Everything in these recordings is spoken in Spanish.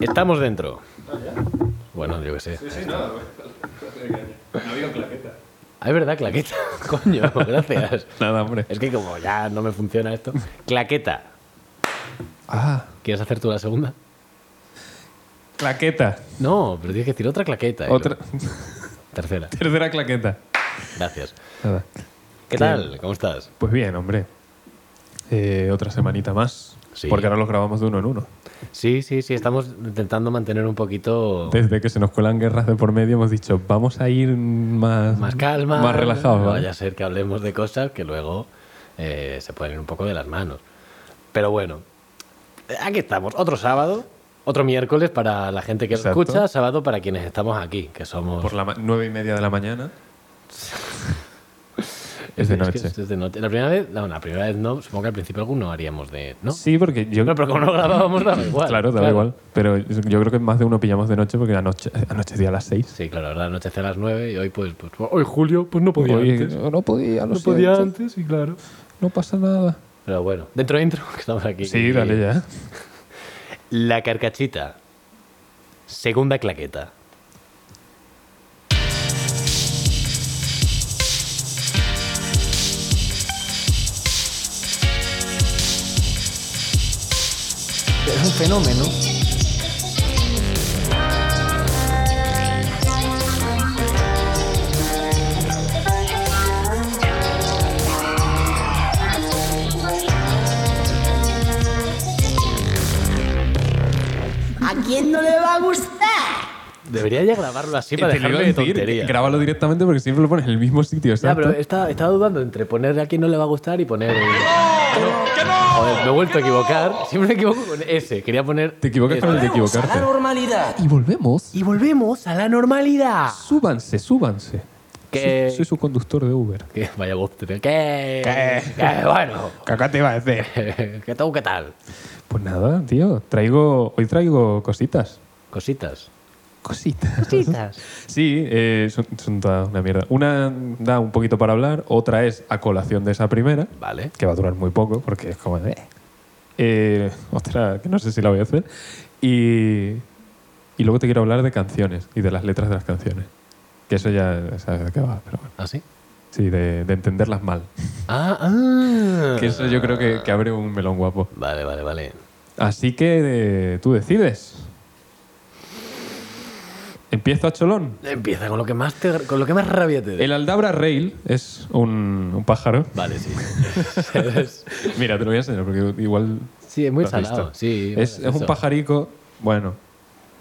Estamos dentro. Bueno, yo qué sé. Sí, sí, nada. No había claqueta. Ah, es verdad, claqueta. Coño, pues gracias. Nada, hombre. Es que como ya no me funciona esto. Claqueta. Ah, ¿Quieres hacer tú la segunda? claqueta. No, pero tienes que decir otra claqueta. y Otra, luego- Tercera. tercera claqueta. Gracias. Nada. ¿Qué tal? ¿Cómo estás? Pues bien, hombre. Eh, otra semanita más. Sí. Porque ahora los grabamos de uno en uno. Sí, sí, sí. Estamos intentando mantener un poquito... Desde que se nos cuelan guerras de por medio hemos dicho, vamos a ir más, Más calma. Más relajados. No ¿vale? vaya a ser que hablemos de cosas que luego eh, se pueden ir un poco de las manos. Pero bueno, aquí estamos. Otro sábado, otro miércoles para la gente que lo Exacto. escucha, sábado para quienes estamos aquí, que somos... Por la ma- nueve y media de la mañana. Es es de que noche. es de noche. La primera vez, no, la primera vez no, supongo que al principio alguno haríamos de... ¿No? Sí, porque yo... No, pero como no grabábamos, daba igual. Claro, da igual. Pero yo creo que más de uno pillamos de noche porque anoche, anoche día a las seis. Sí, claro, ahora anochece a las 9 y hoy pues, pues, Hoy Julio, pues no podía Oye, antes. no podía, lo No podía siento. antes, sí, claro. No pasa nada. Pero bueno, dentro intro, que estamos aquí. Sí, dale ya. La carcachita. Segunda claqueta. Es un fenómeno. ¿A quién no le va a gustar? Debería ya grabarlo así para Eh, Te lo dejarlo iba a de decir, tontería. Grábalo directamente porque siempre lo pones en el mismo sitio. Ya, exacto. pero estaba, estaba dudando entre poner a quien no le va a gustar y poner. el- Joder, me he vuelto a equivocar. Siempre me equivoco con ese. Quería poner. Te equivocas este. con el de A la equivocarte. normalidad. Y volvemos. Y volvemos a la normalidad. Súbanse, súbanse. Que- Soy, soy su conductor de Uber. Que vaya voz. tenía. Que. Que bueno. Caca te va a decir. Que todo, ¿qué tal? Pues nada, tío. Traigo, hoy traigo cositas. Cositas. Cositas. Sí, eh, son, son toda una mierda. Una da un poquito para hablar, otra es a colación de esa primera. Vale. que va a durar muy poco porque es como de... Eh, ostras, que no sé si la voy a hacer. Y, y luego te quiero hablar de canciones y de las letras de las canciones. Que eso ya sabes de qué va, pero bueno. ¿Ah, sí? Sí, de, de entenderlas mal. Ah, ah. Que eso yo creo que, que abre un melón guapo. Vale, vale, vale. Así que eh, tú decides. Empiezo a cholón. Empieza con lo que más, te, con lo que más rabia te dé. El Aldabra Rail es un, un pájaro. Vale, sí. Mira, te lo voy a enseñar porque igual sí, es muy ¿Lo has visto? salado. Sí, es, bueno, es un eso. pajarico. Bueno,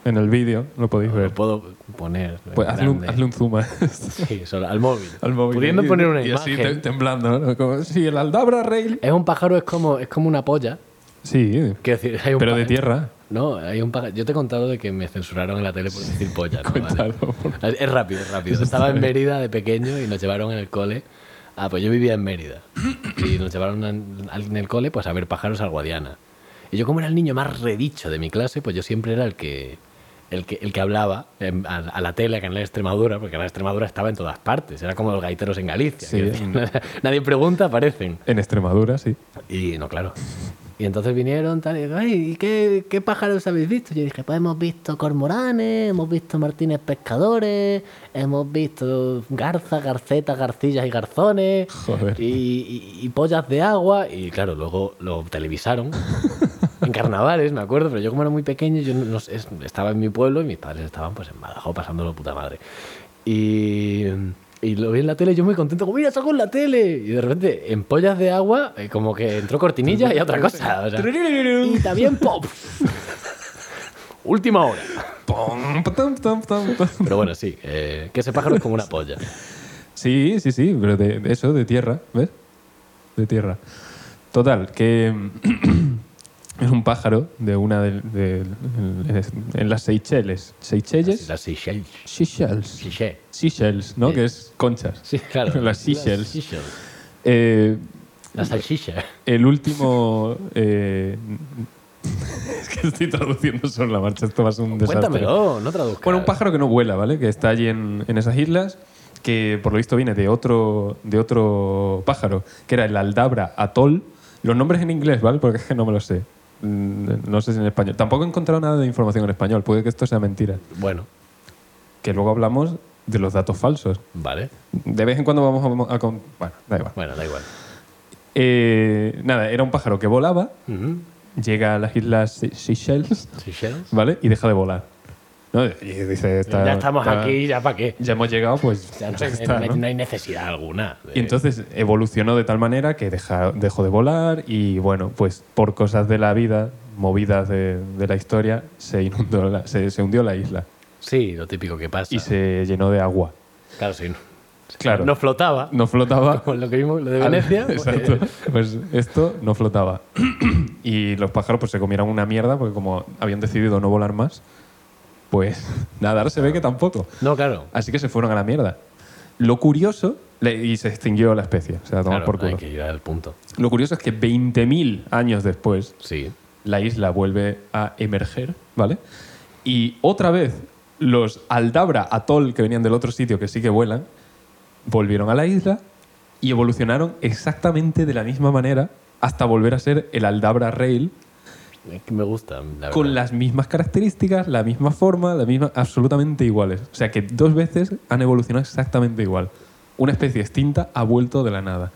en el vídeo lo podéis Lo ver. puedo poner. Pues en hazle un, grande. hazle un zoom a- Sí, solo al móvil. al móvil. Pudiendo Y- poner una y imagen. así te- temblando, ¿no? Como, sí, el Aldabra Rail. Es un pájaro, es como, es como una polla. Sí, Quiero decir, hay un pero de pájaro- tierra. No, hay un pájaro. Yo te he contado de que me censuraron en la tele por decir polla. ¿no? Cuéntalo, Vale. por Es rápido, es rápido. Estaba en Mérida de pequeño y nos llevaron en el cole. Ah, pues yo vivía en Mérida. Y nos llevaron en en el cole pues a ver pájaros al Guadiana. Y yo como era el niño más redicho de mi clase, pues yo siempre era el que el que, el que hablaba en- a, a la tele, a Canal Extremadura, porque Canal Extremadura estaba en todas partes. Era como los gaiteros en Galicia. Sí. quiero decir, Nadie pregunta, aparecen. En Extremadura, sí. Y no, claro. Y entonces vinieron tal y "Ay, ¿y qué, qué pájaros habéis visto? Yo dije, Pues hemos visto cormoranes, hemos visto martines pescadores, hemos visto garzas, garcetas, garcillas y garzones, Joder. y, y- y pollas de agua. Y claro, luego lo televisaron en carnavales, me acuerdo, pero yo como era muy pequeño, yo no- no sé, es- estaba en mi pueblo y mis padres estaban pues en Badajoz pasándolo puta madre. Y, y lo vi en la tele, yo muy contento, como, mira, saco en la tele. Y de repente, en pollas de agua, eh, como que entró cortinilla y otra cosa. o sea. y también pop. Última hora. Pom, patam, patam, patam, patam. Pero bueno, sí, eh, que ese pájaro es como una polla. Sí, sí, sí, pero de, de eso, de tierra, ¿ves? De tierra. Total, que es un pájaro de una de, de- en- en las Seychelles. Seychelles. Las Seychelles. Seychelles. Seychelles. Seashells, ¿no? Sí. Que es conchas. Sí, claro. Las seashells. Las Seychelles. Eh, La salchicha. el último. eh, es que estoy traduciendo sobre la marcha, esto va a ser un desastre. Cuéntamelo, no traduzcas. Bueno, un pájaro que no vuela, ¿vale? Que está allí en, en esas islas, que por lo visto viene de otro, de otro pájaro, que era el Aldabra Atoll. Los nombres en inglés, ¿vale? Porque es que no me lo sé. mm, no sé si en español. Tampoco he encontrado nada de información en español, puede que esto sea mentira. Bueno, Que luego hablamos de los datos falsos. vale. De vez en cuando vamos a... a con- bueno, da igual. Bueno, da igual. Eh, nada, era un pájaro que volaba, Ujú. llega a las islas Se- Seychelles, Seychelles. ¿vale? Y deja de volar. ¿no? Y dice... está- ya estamos está- aquí, ya para qué. Ya hemos llegado, pues... Ya no, ya está, no hay- ¿no? no hay necesidad alguna. de- Y entonces evolucionó de tal manera que deja- dejó de volar y bueno, pues por cosas de la vida, movidas de, de la historia, se inundó, la- se, se hundió la isla sí, lo típico que pasa. y se llenó de agua. Claro, sí. No, Claro, no no, flotaba. flotaba. Con lo que vimos, lo de Venecia. pues, Ah, Exacto. Pues esto no flotaba. y los pájaros pues se comieron una mierda porque como habían decidido no volar más, pues nadar se ve que tampoco. eh, No, claro. Así que se fueron a la mierda. Lo curioso, le- y se extinguió la especie, o sea, a tomar Claro, por culo. Hay que ir al punto. Lo curioso es que 20.000 años después, Sí. la isla vuelve a emerger, ¿vale? Y otra vez, los Aldabra Atoll, que venían del otro sitio, que sí que vuelan, volvieron a la isla y evolucionaron exactamente de la misma manera hasta volver a ser el Aldabra Rail, Es que me gusta. La con verdad. las mismas características, la misma forma, la misma, absolutamente iguales. O sea que dos veces han evolucionado exactamente igual. Una especie extinta ha vuelto de la nada.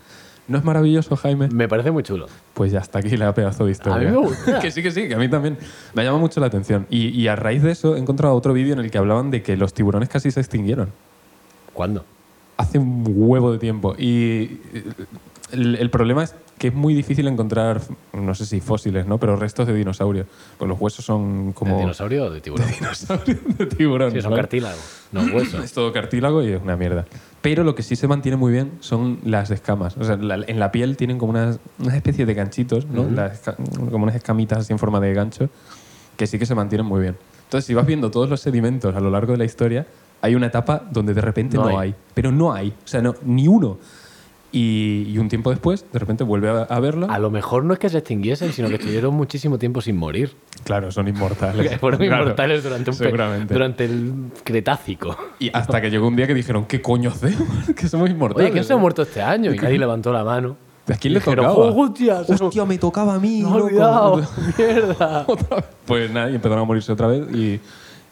¿No es maravilloso, Jaime? Me parece muy chulo. Pues ya está aquí la pedazo de historia. A mí me gusta. que sí, que sí, que a mí también me llama mucho la atención. Y, y a raíz de eso he encontrado otro vídeo en el que hablaban de que los tiburones casi se extinguieron. ¿Cuándo? Hace un huevo de tiempo. Y eh, el, el problema es que es muy difícil encontrar, no sé si fósiles, ¿no? Pero restos de dinosaurios. Pues los huesos son ¿De como... dinosaurio o de tiburón? dinosaurios de tiburón. Sí, son ¿vale? cartílagos, no huesos. Es todo cartílago y es una mierda. Pero lo que sí se mantiene muy bien son las escamas. O sea, la- en la piel tienen como unas, unas especies de ganchitos, ¿no? Las esca- como unas escamitas así en forma de gancho, que sí que se mantienen muy bien. Entonces, si vas viendo todos los sedimentos a lo largo de la historia, hay una etapa donde de repente no, No hay. hay. Pero no hay. O sea, no, ni uno. Y, y un tiempo después, de repente vuelve a, a verlo. A lo mejor no es que se extinguiesen, sino que estuvieron muchísimo tiempo sin morir. Claro, son inmortales. Fueron Claro, inmortales durante, un pe- Seguramente. durante el Cretácico. Y hasta que llegó un día que dijeron, ¿qué coño hacemos? que somos inmortales. Oye, ¿quién se ha muerto este año? Y nadie levantó la mano. ¿A quién le Dijeron, tocaba? "Oh, hostia, se nos- Hostia, me tocaba a mí, nos ha loco". olvidado. Mierda. Pues nada, y empezaron a morirse otra vez y,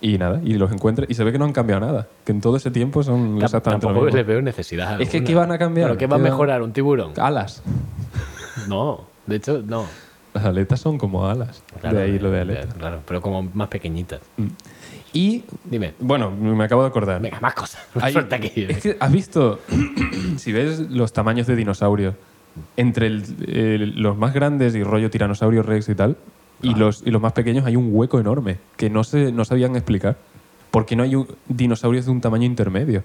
y nada, y los encuentra y se ve que no han cambiado nada, que en todo ese tiempo son Tamp- exactamente lo Tampoco mismo. les veo necesidad. Es que, alguna. ¿qué van a cambiar? ¿Pero ¿Qué va a ¿Qué van- mejorar? ¿Un tiburón? Alas. No. De hecho, no. Las aletas son como alas, de ahí lo de Mm. aletas. Claro, pero como más pequeñitas. Y Dime. bueno, me acabo de acordar. Venga, más cosas. Hay- Suelta aquí. ¿eh? es que has visto, si ves los tamaños de dinosaurios, entre el- el- los más grandes y rollo tiranosaurio rex y tal, Ah. y, los, y los más pequeños hay un hueco enorme que no, se, no sabían explicar. Porque no hay un- dinosaurios de un tamaño intermedio.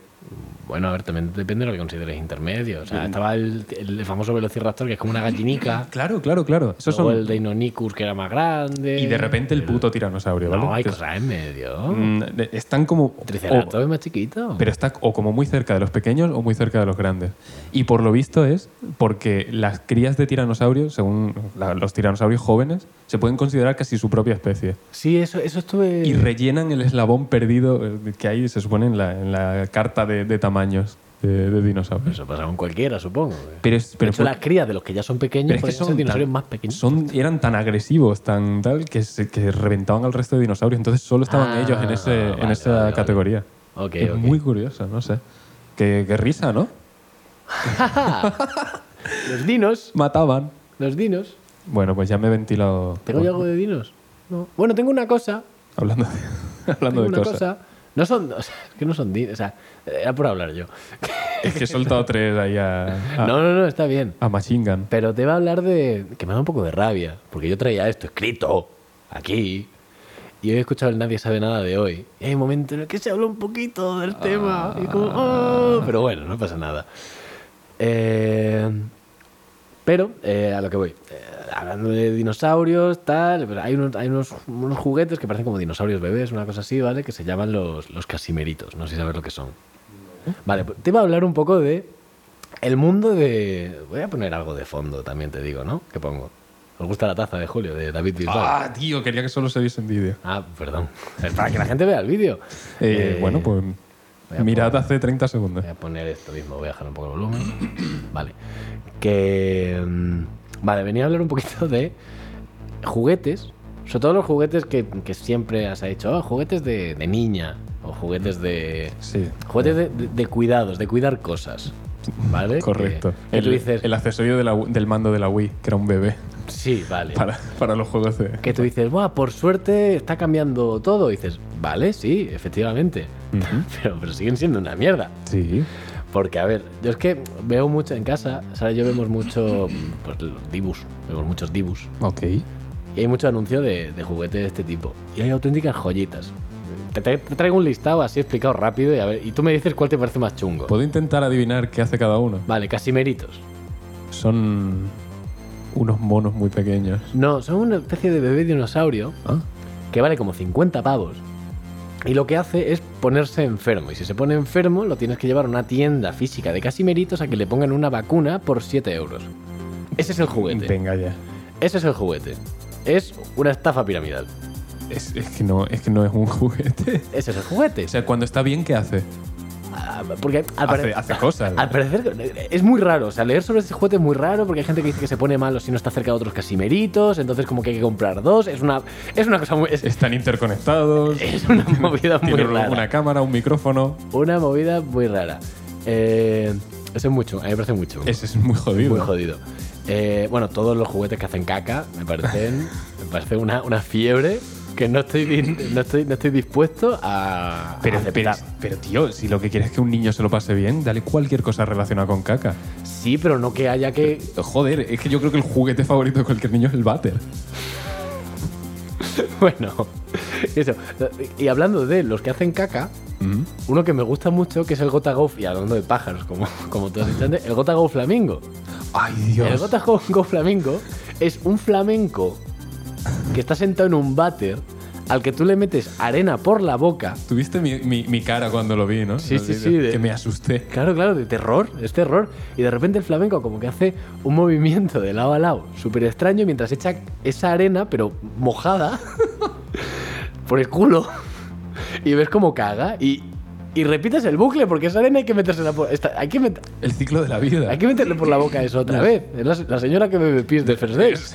Bueno, a ver, también depende de lo que consideres intermedio. O sea, estaba el, el famoso velociraptor, que es como una gallinica. Mm. Claro, claro, claro. Eso Luego son, el Deinonychus, que era más grande. y de repente el puto tiranosaurio, ¿vale? No, hay Que- cosas en medio. Mm, Están como... Triceratops o- es más chiquito. pero está o como muy cerca de los pequeños o muy cerca de los grandes. Y por lo visto es porque las crías de tiranosaurios, según la- los tiranosaurios jóvenes, se pueden considerar casi su propia especie. sí, eso, eso estuve. Y rellenan el eslabón perdido eh, que hay, se supone, en la, en la carta de, de tamaños de, de dinosaurios. Eso pasa con cualquiera, supongo. Pero, es- Pero pero de hecho, fue- las crías de los que ya son pequeños pero es que podrían ser son dinosaurios tan- más pequeños. son- eran tan agresivos, tan tal, que, se- que reventaban al resto de dinosaurios. Entonces solo estaban Ah, ellos en, ese, en vale, esa vale, vale. categoría. Ok, es ok. muy curioso, no sé. Qué, qué risa, ¿no? Los dinos, Mataban. los dinos. Bueno, pues ya me he ventilado. ¿Tengo yo algo de dinos? No. Bueno, tengo una cosa. Hablando de, Tengo hablando de una cosas. cosa. No son, o sea, es que no son dinos. O sea, era por hablar yo. Es que he soltado tres ahí a, a, No, no, no, está bien. a Machine Gun. Pero te va a hablar de. que me da un poco de rabia. Porque yo traía esto escrito. Aquí. Y hoy he escuchado el Nadie sabe nada de hoy. Y hay un momento en el que se habla un poquito del tema. Y como. "Ah", pero bueno, no pasa nada. Eh, pero, eh, a lo que voy. Eh, hablando de dinosaurios, tal. pero hay unos, hay unos, unos juguetes que parecen como dinosaurios bebés, una cosa así, ¿vale? Que se llaman los, los casimeritos. No sé si sabes lo que son. Vale, pues te iba a hablar un poco de el mundo de... Voy a poner algo de fondo también, te digo, ¿no? ¿Qué pongo? ¿Os gusta la taza de Julio, de David Bilbao? Ah, tío, quería que solo se viese en vídeo. Ah, perdón. Es para que la gente vea el vídeo. Eh, Eh, bueno, pues voy a mirad poner- hace 30 segundos. Voy a poner esto mismo, voy a dejar un poco el volumen. Vale. Que. mm, Vale, venía a hablar un poquito de. juguetes, sobre todo los juguetes que, que siempre has dicho, "Oh, juguetes de, de niña o juguetes de... Sí. Juguetes de, de- de cuidados, de cuidar cosas. ¿Vale? Correcto. Que- que el, tú dices, el accesorio de la- del mando de la Wii, que era un bebé, sí, vale. para, para los juegos de... Que tú dices, Buah, por suerte está cambiando todo. Y dices, vale, sí, efectivamente. pero, pero siguen siendo una mierda. Sí. Porque, a ver, yo es que veo mucho en casa, Sara y yo vemos mucho, pues, los Dibus, vemos muchos Dibus. Ok. Y hay mucho anuncio de, de juguetes de este tipo. Y hay auténticas joyitas. Te, tra- te traigo un listado así explicado rápido y, a ver, y tú me dices cuál te parece más chungo. Puedo intentar adivinar qué hace cada uno. Vale, casimeritos. Son unos monos muy pequeños. No, son una especie de bebé dinosaurio Ah, que vale como 50 pavos. Y lo que hace es ponerse enfermo. Y si se pone enfermo, lo tienes que llevar a una tienda física de casimeritos a que le pongan una vacuna por 7 euros. Ese es el juguete. Venga ya. Ese es el juguete. Es una estafa piramidal. Es, es que no, es que no es un juguete. Ese es el juguete. O sea, cuando está bien, ¿qué hace? Ah, Porque al, Hace, pare- hace cosas. al parecer es muy raro. O sea, leer sobre ese juguete es muy raro porque hay gente que dice que se pone malo si no está cerca de otros casimeritos. Entonces, como que hay que comprar dos. Es una, es una cosa muy. Es, Están interconectados. es una movida Eh, muy Tienen rara. una cámara, un micrófono. Una movida muy rara. Eh, eso es mucho. A mí me parece mucho. Ese es muy jodido. Muy jodido. Eh, bueno, todos los juguetes que hacen caca me parecen me parece una, una fiebre que no estoy, di- no estoy, no estoy dispuesto a, a Pero, pero, aceptar. pero, tío, si lo que quieres es que un niño se lo pase bien, dale cualquier cosa relacionada con caca. Sí, pero no que haya que... Joder, es que yo creo que el juguete favorito de cualquier niño es el váter. Bueno, eso. Y hablando de los que hacen caca, uno que me gusta mucho, que es el Gota Go, y hablando de pájaros, como, como tú has dicho antes, el Gota Go Flamingo. Ay, El Dios. Gota Go, Go Flamingo es un flamenco que está sentado en un váter al que tú le metes arena por la boca. Tuviste mi, mi- mi cara cuando lo vi, ¿no? Sí, sí, De- sí, de- Que me asusté. Claro, claro, de terror, es terror. Y de repente el flamenco como que hace un movimiento de lado a lado súper extraño mientras echa esa arena, pero mojada, por el culo. Y ves cómo caga y, y repites el bucle porque esa arena hay que metérsela por... esta- hay, que met- El ciclo de la vida. hay que meterle por la boca eso otra vez. Es la, la señora que bebe pis de First Days.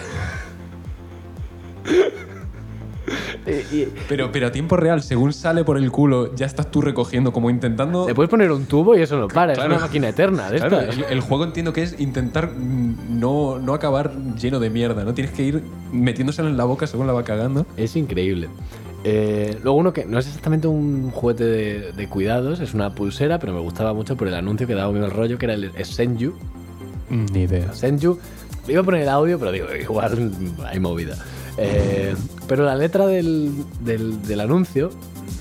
Y- y- Pero, pero a tiempo real, según sale por el culo, ya estás tú recogiendo, como intentando. le puedes poner un tubo y eso no para, Claro. es una máquina eterna de Claro, estas. el, el juego entiendo que es intentar mm, no, no acabar lleno de mierda, ¿no? Tienes que ir metiéndosela en la boca según la va cagando. Es increíble. Eh, luego uno que no es exactamente un juguete de, de cuidados, es una pulsera, pero me gustaba mucho por el anuncio que daba medio el rollo, que era el Senju. Mm, Ni idea. Senju, le iba a poner el audio, pero digo, igual hay movida. Eh, pero la letra del, del- del anuncio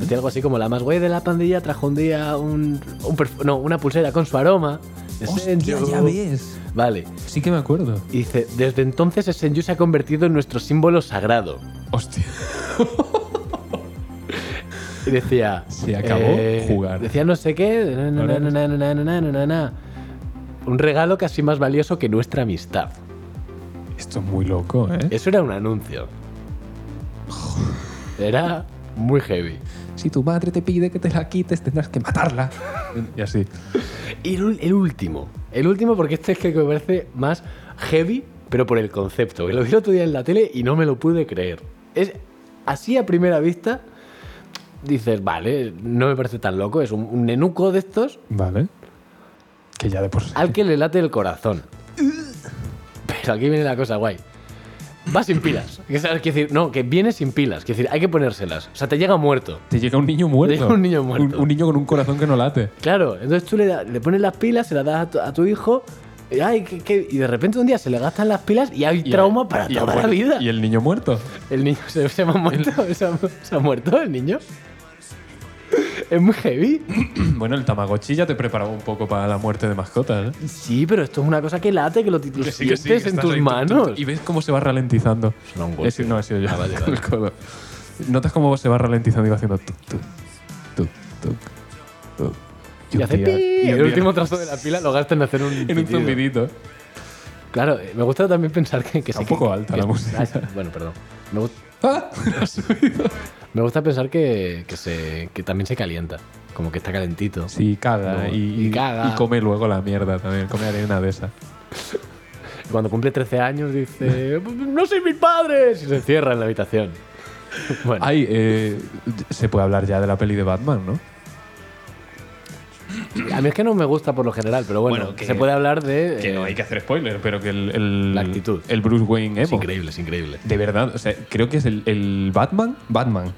decía algo así como la más guay de la pandilla trajo un día un, un perf- no, una pulsera con su aroma. de Hostia, Senju". ya ves. Vale. Sí que me acuerdo. Y dice, desde entonces el Senju se ha convertido en nuestro símbolo sagrado. Hostia. Y decía. eh, Se acabó jugar. Decía no sé qué. na, na, na, na, na, na, na, na, na, na. Un regalo casi más valioso que nuestra amistad. Esto es muy loco, ¿eh? Eso era un anuncio. Era muy heavy. Si tu madre te pide que te la quites, tendrás que matarla. Y así. Y el, ul- el último. El último, porque este es que me parece más heavy, pero por el concepto. Que lo vi el otro día en la tele y no me lo pude creer. Es así a primera vista. Dices, vale, no me parece tan loco. Es un- un nenuco de estos Vale. Que ya de por sí. al que le late el corazón. Pero aquí viene la cosa guay. Va sin pilas. Que sabes, quiero decir, no, que viene sin pilas. Quiero decir, hay que ponérselas. O sea, te llega muerto. Te llega un niño muerto. Te llega un niño muerto. Un, un niño con un corazón que no late. Claro, entonces tú le, da- le pones las pilas, se las das a tu, a tu hijo. Y, ay, que- que- y de repente un día se le gastan las pilas y hay trauma para y- toda y- la vida. Y el niño muerto. El niño se, se me ha muerto. Se ha, se ha muerto el niño. Es muy heavy. Bueno, el Tamagotchi ya te preparaba un poco para la muerte de mascotas, ¿eh? Sí, pero esto es una cosa que late, que lo, lo Que sí, que sientes sí, que en estás tus ahí, tu, tu, tu, manos. Y ves cómo se va ralentizando. Suena un golpe. Ese no ha sido yo. Ah, vale, vale. El codo. Notas cómo se va ralentizando y va haciendo tuk, tuk, tuk, tuk, tuk. Y un hace día- pi. y Y un el día- último trozo de la pila lo gastan en hacer un. En un pitido. zumbidito. Claro, eh, me gusta también pensar que. que Está sí un que- poco alta que- la música. Ah, sí, bueno, perdón. Me, gust- ¡Ah! Ha subido. me gusta pensar que, que, se, que también se calienta. Como que está calentito. Sí, caga. No, y, y caga. y come luego la mierda también. Come arena de esa. Y cuando cumple 13 años dice, no soy mis padres, y se encierra en la habitación. Bueno, Ay, eh, se puede hablar ya de la peli de Batman, ¿no? a mí es que no me gusta por lo general, pero bueno, Bueno, que- se puede hablar de... Que eh, no hay que hacer spoiler, pero que el, el- La actitud. El Bruce Wayne es emo. increíble, es increíble. De verdad, o sea, creo que es el, el Batman. Batman.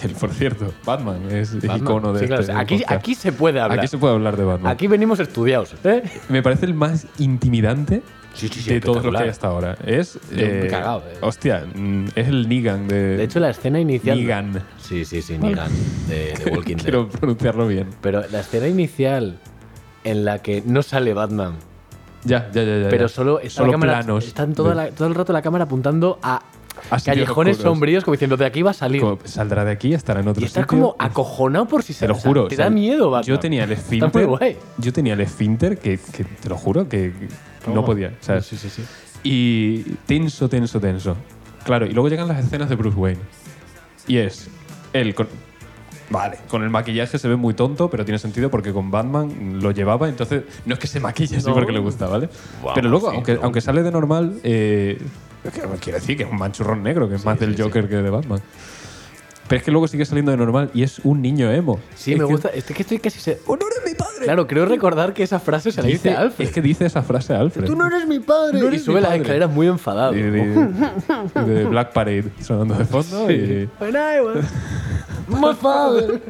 Que, por cierto, Batman es Batman. icono de. Sí, claro, este aquí, podcast. aquí se puede hablar. Aquí Aquí, se puede hablar de Batman. venimos estudiados. ¿eh? Me parece el más intimidante Sí, sí, sí, de todos los que espectacular. hay hasta ahora. Es. Yo me he cagado, eh. Hostia, mm, es el Negan de. De hecho, la escena inicial... Negan. Sí, sí, sí, Negan, de, de Walking Dead. Quiero pronunciarlo bien. Pero la escena inicial en la que no sale Batman, Ya, ya, ya. ya pero ya. solo está Solo la cámara, planos. está en toda de- la- todo el rato la cámara apuntando a A sitios callejones oscuros. sombríos como diciendo de aquí va a salir. Como saldrá de aquí, estará en otro y estás sitio. como acojonado por si se Te lo o sea, juro. Te o sea, da miedo, Batman. Yo tenía el esfínter. muy guay. Yo tenía el esfínter que, que te lo juro que no podía. o sea, Sí, sí, sí. Y tenso, tenso, tenso. Claro, y luego llegan las escenas de Bruce Wayne. Y es él con. Vale, con el maquillaje se ve muy tonto, pero tiene sentido porque con Batman lo llevaba, entonces no es que se maquille así No. porque le gusta, ¿vale? Guau, pero luego, sí, aunque, no. aunque sale de normal, eh, que- quiero decir que es un manchurrón negro, que es más sí, del sí. Joker que de Batman. Pero es que luego sigue saliendo de normal y es un niño emo. Sí, Es me que- gusta. Es que estoy casi. se- ¡Oh, no eres mi padre! Claro, creo recordar que esa frase se la dice, Dice- Alfred. Es que dice esa frase a Alfred. Tú no eres mi padre. No eres y sube mi las padre. escaleras muy enfadado. Y de, de Black Parade sonando de fondo y... When I was my father.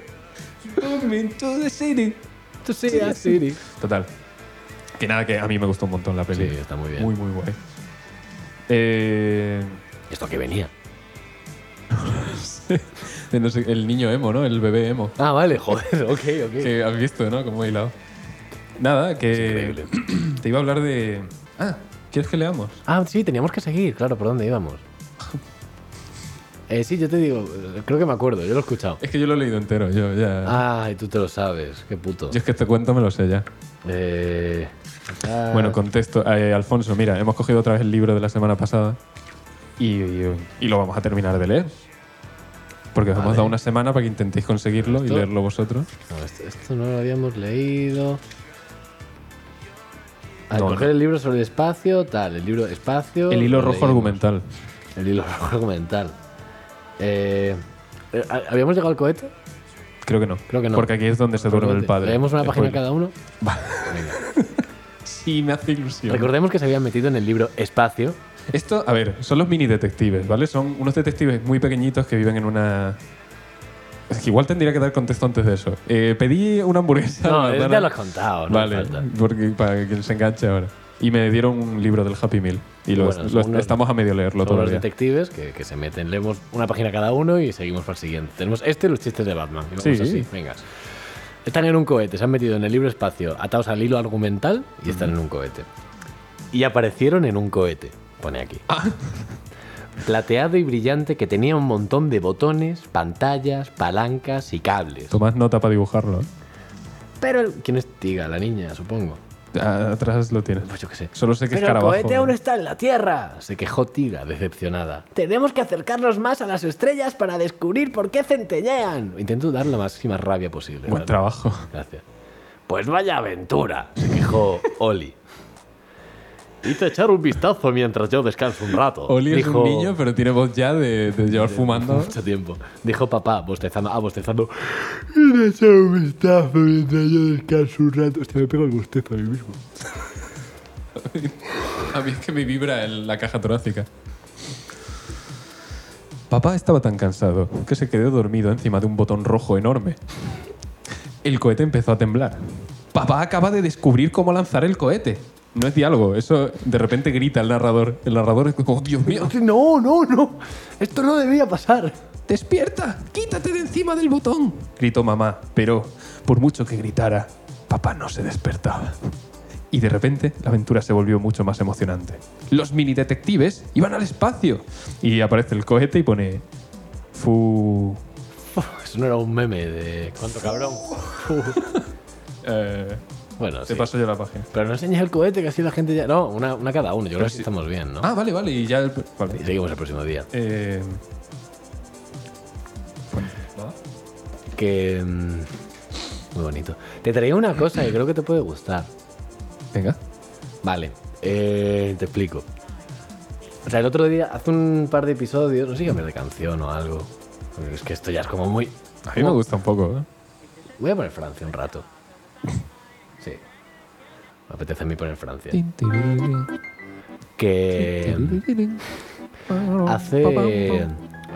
To see a city. Total. Que nada, que a mí me gustó un montón la Sí, peli. está muy bien. muy, muy guay. Eh, ¿Esto que venía? no sé, el niño emo, ¿no? El bebé emo. Ah, vale, joder, ok, ok. Que has visto, ¿no? Como he hilado. Nada, que... increíble. Te iba a hablar de... Ah, ¿quieres que leamos? Ah, sí, teníamos que seguir, claro, ¿por dónde íbamos? Eh, sí, yo te digo, eh, creo que me acuerdo, yo lo he escuchado. Es que yo lo he leído entero, yo ya... Ay, tú te lo sabes, qué puto. Yo es que este cuento me lo sé ya. Eh, ah, Bueno, contexto. Eh, Alfonso, mira, hemos cogido otra vez el libro de la semana pasada y, y- y lo vamos a terminar de leer. Porque os hemos Vale. dado una semana para que intentéis conseguirlo y Esto- leerlo vosotros. no, esto, esto no lo habíamos leído. Al No, coger no. el libro sobre el espacio, tal, el libro espacio. El hilo lo rojo leímos. argumental. El hilo rojo argumental. Eh, eh, ¿Habíamos llegado al cohete? Creo que no. Creo que no. Porque aquí es donde se duerme el padre. ¿Leemos una página Spoiler. cada uno? Sí, me hace ilusión. Recordemos que se habían metido en el libro Espacio. Esto, a ver, son los mini detectives, ¿vale? Son unos detectives muy pequeñitos que viven en una. Es que igual tendría que dar contexto antes de eso. Eh, pedí una hamburguesa. No, ya de banana. lo has contado, no Ah, vale, hace falta. porque para que se enganche ahora. Y me dieron un libro del Happy Meal. Y lo, Bueno, lo- son unos- estamos a medio leerlo Son los todavía. detectives que, que se meten. Leemos una página cada uno y seguimos para el siguiente. Tenemos este y los chistes de Batman. Y vamos Sí. así. Venga. Están en un cohete, se han metido en el libro espacio, atados al hilo argumental y están en un cohete. Y aparecieron en un cohete, pone aquí. Plateado y brillante que tenía un montón de botones, pantallas, palancas y cables. Tomad nota para dibujarlo. ¿eh? Pero el- ¿quién es Tiga? La niña, supongo. A- Atrás lo tienes. Pues yo qué sé. Solo sé que Pero es ¿eh? el carabajo. cohete aún está en la Tierra. Se quejó Tiga, decepcionada. Tenemos que acercarnos más a las estrellas para descubrir por qué centellean. Intento dar la máxima rabia posible. Buen ¿vale? trabajo. Gracias. Pues vaya aventura, se quejó Oli. Hice echar un vistazo mientras yo descanso un rato. Oli es dijo, un niño, pero tiene voz ya de, de llevar fumando. Mucho tiempo. Dijo papá, bostezando. Ah, bostezando. A mí es que me vibra en la caja torácica. Papá estaba tan cansado que se quedó dormido encima de un botón rojo enorme. El cohete empezó a temblar. Papá acaba de descubrir cómo lanzar el cohete. No es diálogo, eso de repente grita el narrador. El narrador es como, "Oh, Dios mío, No, no, no. Esto no debía pasar. despierta, quítate de encima del botón, gritó mamá, pero por mucho que gritara, papá no se despertaba. Y de repente la aventura se volvió mucho más emocionante. Los mini detectives iban al espacio y aparece el cohete y pone fu Eso no era un meme de. ¿Cuánto cabrón? eh, Bueno, te sí. paso yo la página. Pero no enseñes el cohete, que así la gente ya. No, una, una cada uno. Yo creo que sí. estamos bien, ¿no? Ah, vale, vale, y ya el- Y vale. seguimos el próximo día. Eh, bueno, Que. mm, Muy bonito. Te traía una cosa que creo que te puede gustar. venga. Vale. Eh, te explico. O sea, el otro día, hace un par de episodios, no sé si cambiar de canción o algo. porque Es que esto ya es como muy. A mí me gusta un poco. ¿eh? Voy a poner Francia un rato. Sí. Me apetece a mí poner Francia. Tin, tirirín, Que mm, tirirín. hace,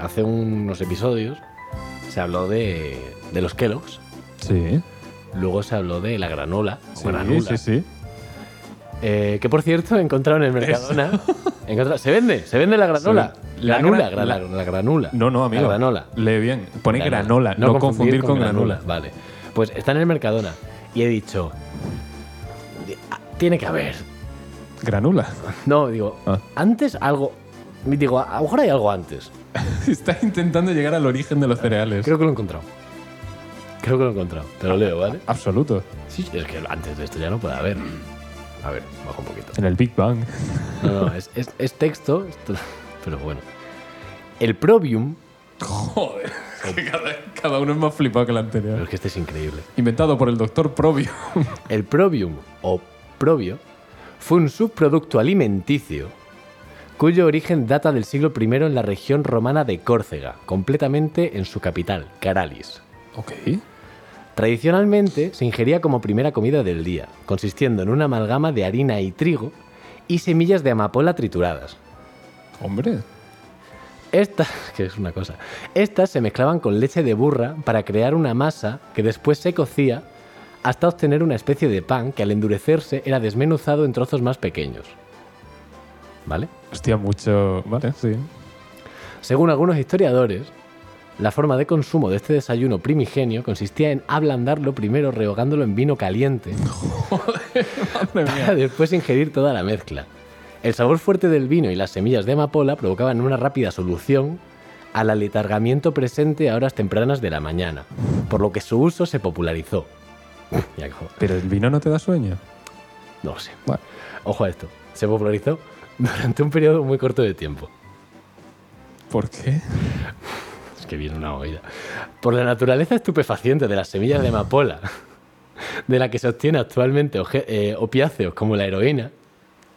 hace unos episodios se habló de, de los Kellogg's. Sí. Luego se habló de la granola. o Sí, granula. sí, sí. Eh, que por cierto he encontrado en el Mercadona. he encontrado- se vende, se vende la granola. Sí. La La granula, gra- la, la granula. No, no, amigo. La granola. Lee bien. Pone granola, no, confundir, con, granula. Vale. Pues está en el Mercadona. Y he dicho. "Ah, Tiene que haber. Granula. No, digo, Ah. antes algo. Digo, a lo mejor hay algo antes. Está intentando llegar al origen de los cereales. Creo que lo he encontrado. Creo que lo he encontrado. Te lo leo, ¿vale? Absoluto. Sí, es que antes de esto ya no puede haber. A ver, bajo un poquito. En el Big Bang. No, no, es, es- es texto, esto- pero bueno. El probium, Joder. cada, cada uno es más flipado que el pero anterior. es que este es increíble. Inventado por el doctor Probio. El probium o probio fue un subproducto alimenticio cuyo origen data del siglo I en la región romana de Córcega, completamente en su capital, Caralis. ok. Tradicionalmente se ingería como primera comida del día, consistiendo en una amalgama de harina y trigo y semillas de amapola trituradas. Hombre. Estas, que es una cosa, estas se mezclaban con leche de burra para crear una masa que después se cocía hasta obtener una especie de pan que al endurecerse era desmenuzado en trozos más pequeños. ¿Vale? Hostia, mucho. Vale, sí. Según algunos historiadores, la forma de consumo de este desayuno primigenio consistía en ablandarlo primero rehogándolo en vino caliente Madre mía. para después ingerir toda la mezcla. El sabor fuerte del vino y las semillas de amapola provocaban una rápida solución al aletargamiento presente a horas tempranas de la mañana, por lo que su uso se popularizó. Ya cojo. Pero el vino no te da sueño. No lo sé. Bueno. Ojo a esto. Se popularizó durante un periodo muy corto de tiempo. ¿Por qué? Es que viene una oída. Por la naturaleza estupefaciente de las semillas de amapola, de la que se obtiene actualmente oje- eh, opiáceos como la heroína,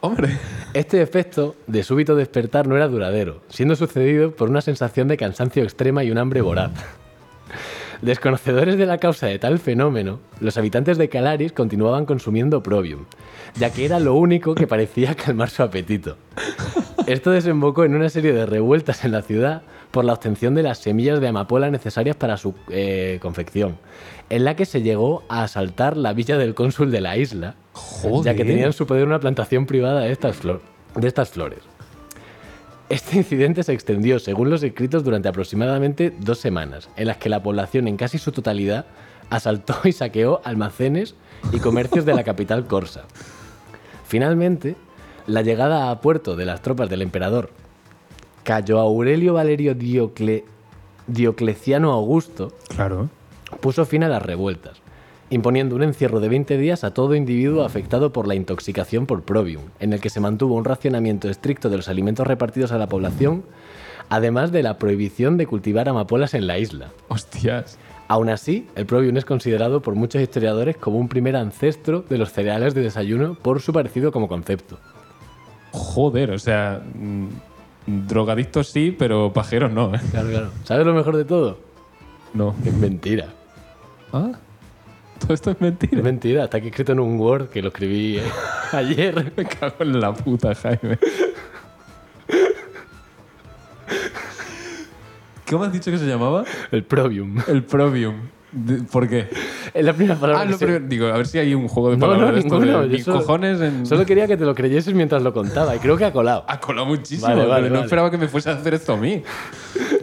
Hombre. Este efecto de súbito despertar no era duradero, siendo sucedido por una sensación de cansancio extrema y un hambre voraz. Desconocedores de la causa de tal fenómeno, los habitantes de Calaris continuaban consumiendo probium, ya que era lo único que parecía calmar su apetito. Esto desembocó en una serie de revueltas en la ciudad por la obtención de las semillas de amapola necesarias para su eh, confección, en la que se llegó a asaltar la villa del cónsul de la isla, ya que Joder. tenían en su poder una plantación privada de estas, flor- de estas flores. Este incidente se extendió, según los escritos, durante aproximadamente dos semanas, en las que la población en casi su totalidad asaltó y saqueó almacenes y comercios de la capital corsa. Finalmente, la llegada a puerto de las tropas del emperador Cayo Aurelio Valerio Diocle- Diocleciano Augusto Claro. puso fin a las revueltas, imponiendo un encierro de 20 días a todo individuo afectado por la intoxicación por probium, en el que se mantuvo un racionamiento estricto de los alimentos repartidos a la población, además de la prohibición de cultivar amapolas en la isla. Hostias. Aún así, el probium es considerado por muchos historiadores como un primer ancestro de los cereales de desayuno por su parecido como concepto. Joder, o sea. mm, Drogadictos sí, pero pajeros no, ¿eh? Claro, claro. ¿Sabes lo mejor de todo? No. Es mentira. ¿Ah? Todo esto es Es mentira. mentira. Está aquí escrito en un Word que lo escribí eh, ayer. Me cago en la puta, Jaime. ¿Cómo has dicho que se llamaba? El probium. El Probium. De- ¿Por qué? Es la primera palabra Ah, que lo se- primero. Digo, a ver si hay un juego de No, palabras. no, de esto ninguno. de Yo mis solo, cojones en... Mm. solo quería que te lo creyeses mientras lo contaba y creo que ha colado. Ha colado muchísimo. Vale, vale, pero no vale. esperaba que me fuese a hacer esto a mí.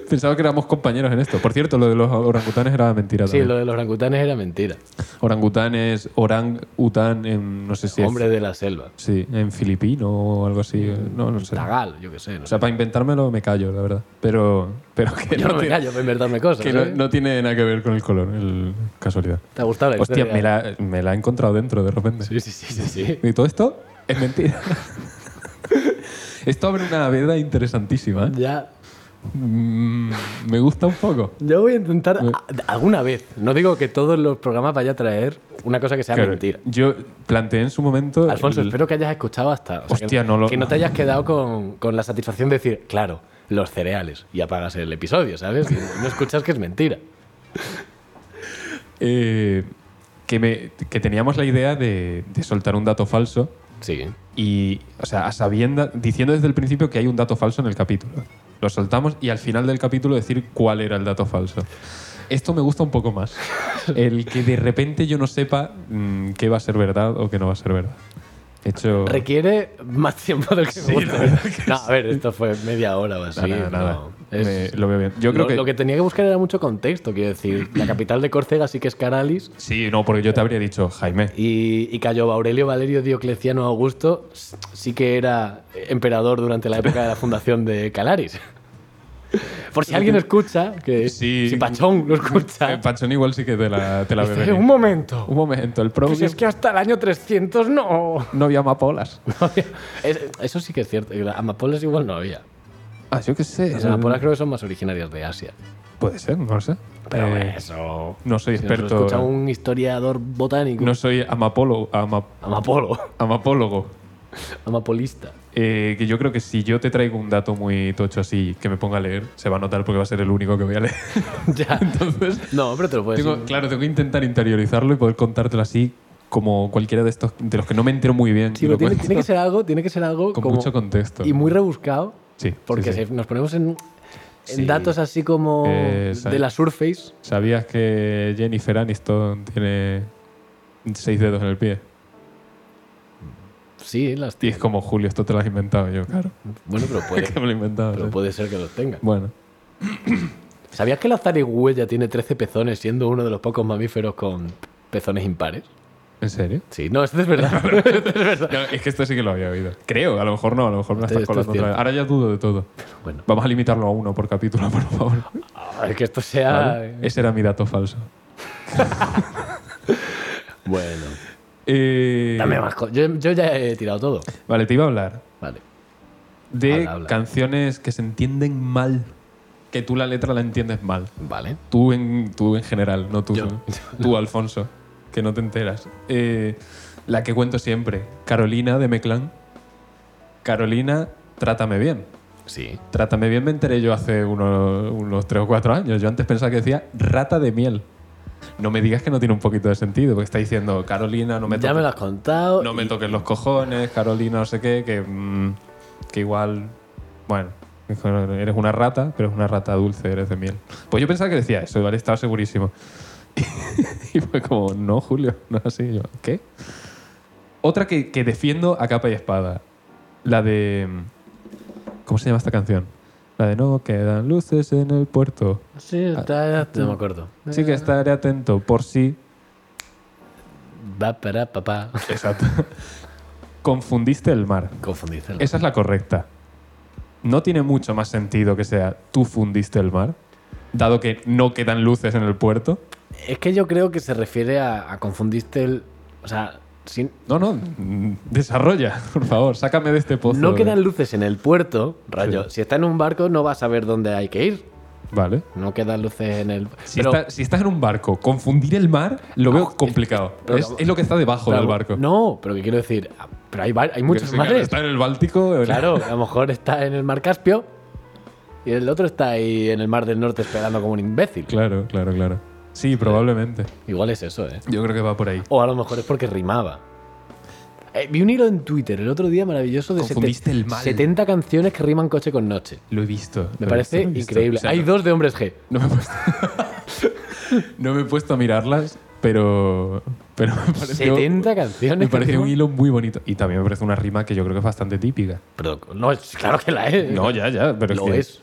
Pensaba que éramos compañeros en esto. Por cierto, lo de los orangutanes era mentira. Sí, también. lo de los orangutanes era mentira. Orangutanes, orang-után, en, no sé si. es- Hombre Mm, de la selva. Sí, en filipino o algo así. No, no sé. Tagal, yo qué sé. No O sea, para inventármelo me callo, la verdad. Pero, pero que, sé. Yo no, no me tiene, callo para inventarme cosas. que no- ¿eh? no tiene nada que ver con el color, el casualidad. ¿Te ha gustado la Hostia, historia? me la, me la he encontrado dentro de repente. Sí, sí, sí, sí. sí. Y todo esto es mentira. esto abre una veda interesantísima. ¿eh? ya. Mm, Me gusta un poco. Yo voy a intentar Mm. a- alguna vez. No digo que todos los programas vaya a traer una cosa que sea Claro, mentira. Yo planteé en su momento. Alfonso, el- espero que hayas escuchado hasta. o sea, que- Hostia, no lo- Que no te hayas quedado con, con la satisfacción de decir, claro, los cereales. Y apagas el episodio, ¿sabes? Y no escuchas que es mentira. eh, que, me- que teníamos la idea de, de soltar un dato falso Sí. y, o sea, a sabienda, diciendo desde el principio que hay un dato falso en el capítulo. Lo soltamos y al final del capítulo decir cuál era el dato falso. Esto me gusta un poco más. El que de repente yo no sepa mm, qué va a ser verdad o qué no va a ser verdad. De hecho, Requiere más tiempo del que me gusta. No, a ver, esto fue media hora o así. nada, nada, nada. no. Es- Me- lo veo bien. Yo creo lo, que, lo que tenía que buscar era mucho contexto, quiero decir. La capital de Córcega sí que es Caralis. Sí, no, porque yo te habría dicho, Jaime. Y, y Cayo Aurelio Valerio Diocleciano Augusto s- sí que era emperador durante la época de la fundación de Calaris. Por si alguien escucha, que Sí. si Pachón lo Eh, escucha. Pachón igual sí que te la, te la ve dice, venir. Este un momento. Un momento, el pro Pues es que hasta el año 300 no. no había amapolas. Es- eso sí que es cierto. y las Amapolas igual no había. Ah, yo qué sé. Las amapolas creo que son más originarias de Asia. Puede ser, no lo sé. Pero Eh, bueno, eso. no soy si nos experto. escucha un historiador botánico. No soy amapolo, ama- Amapolo. amapólogo. Amapolista. Eh, que yo creo que si yo te traigo un dato muy tocho así que me ponga a leer, se va a notar porque va a ser el único que voy a leer. ya. Entonces, No, pero te lo puedes tengo- claro, tengo que intentar interiorizarlo y poder contártelo así como cualquiera de estos, de los que no me entero muy bien. Sí, y pero lo tiene, cuento tiene que ser algo, tiene que ser algo con como- mucho contexto. y muy rebuscado, Sí, sí, porque sí. si nos ponemos en, en Sí. datos así como Eh, sí. de la Surface. ¿Sabías que Jennifer Aniston tiene seis dedos en el pie? Sí, las Y es como, Julio, esto te lo has inventado yo, claro. Bueno, pero puede, que me lo he inventado. pero sí. puede ser que los tenga. Bueno, ¿Sabías que la zarigüeya tiene 13 pezones, siendo uno de los pocos mamíferos con pezones impares? ¿en serio? Sí, no, esto es verdad. No, es que esto sí que lo había oído. Creo, a lo mejor no, a lo mejor me la Esto- estás esto es colando otra vez. Ahora ya dudo de todo. bueno, Vamos a limitarlo a uno por capítulo, por favor. ah, que esto sea. eh. ¿Vale? Ese era mi dato falso. Bueno, Eh, dame más. co- Yo, yo ya he tirado todo. Vale, te iba a hablar Vale. de Habla, habla. canciones que se entienden mal. Que tú la letra la entiendes mal. Vale. Tú en, tú en general, no tú. Yo. Tú, Alfonso, que no te enteras. Eh, la que cuento siempre, Carolina de Meclán. Carolina, trátame bien. Sí. Trátame bien me enteré yo hace unos, unos 3 o 4 años. Yo antes pensaba que decía rata de miel. No me digas que no tiene un poquito de sentido, porque está diciendo, Carolina, no me, ya toques- me lo has contado. no y- me toques los cojones, Carolina, no sé qué, que, mm, que igual, bueno, eres una rata, pero es una rata dulce, eres de miel. Pues yo pensaba que decía eso, ¿vale? Estaba segurísimo. y fue como, no, Julio, no es así. Yo, ¿qué? Otra que, que defiendo a capa y espada, la de... mm, ¿Cómo se llama esta canción? La de no quedan luces en el puerto. Sí, Ah. está. No me acuerdo. Sí que estaré atento por si Va para papá. Exacto. confundiste el mar. Confundiste. Esa es la correcta. No tiene mucho más sentido que sea tú fundiste el mar, dado que no quedan luces en el puerto. Es que yo creo que se refiere a, a confundiste el. O sea, sin- No, no, mm, desarrolla, por favor, sácame de este pozo. no quedan luces en el puerto, rayo. Sí. Si está en un barco, no va a saber dónde hay que ir. Vale. No quedan luces en el. Si, está- si estás en un barco, confundir el mar lo veo complicado. Ah, pero- es, es lo que está debajo pero- del barco. No, pero que quiero decir. ah, Pero hay, bar- hay muchos Sí, claro, mares. Está en el Báltico. en- Claro, a lo mejor está en el mar Caspio y el otro está ahí en el mar del norte esperando como un imbécil. Claro, claro, claro. Sí, probablemente. Igual es eso, ¿eh? Yo creo que va por ahí. O a lo mejor es porque rimaba. Eh, vi un hilo en Twitter el otro día maravilloso de Confundiste el mal. 70 canciones que riman coche con noche. Lo he visto. lo Me he parece visto, lo he visto. increíble. O sea, Hay no- dos de hombres G. No me he puesto, no me he puesto a mirarlas, pero, pero me pareció, 70 canciones. me que pareció un riman- hilo muy bonito. Y también me parece una rima que yo creo que es bastante típica. Perdón, no, es- claro que la es. No, ya, ya, pero Lo es,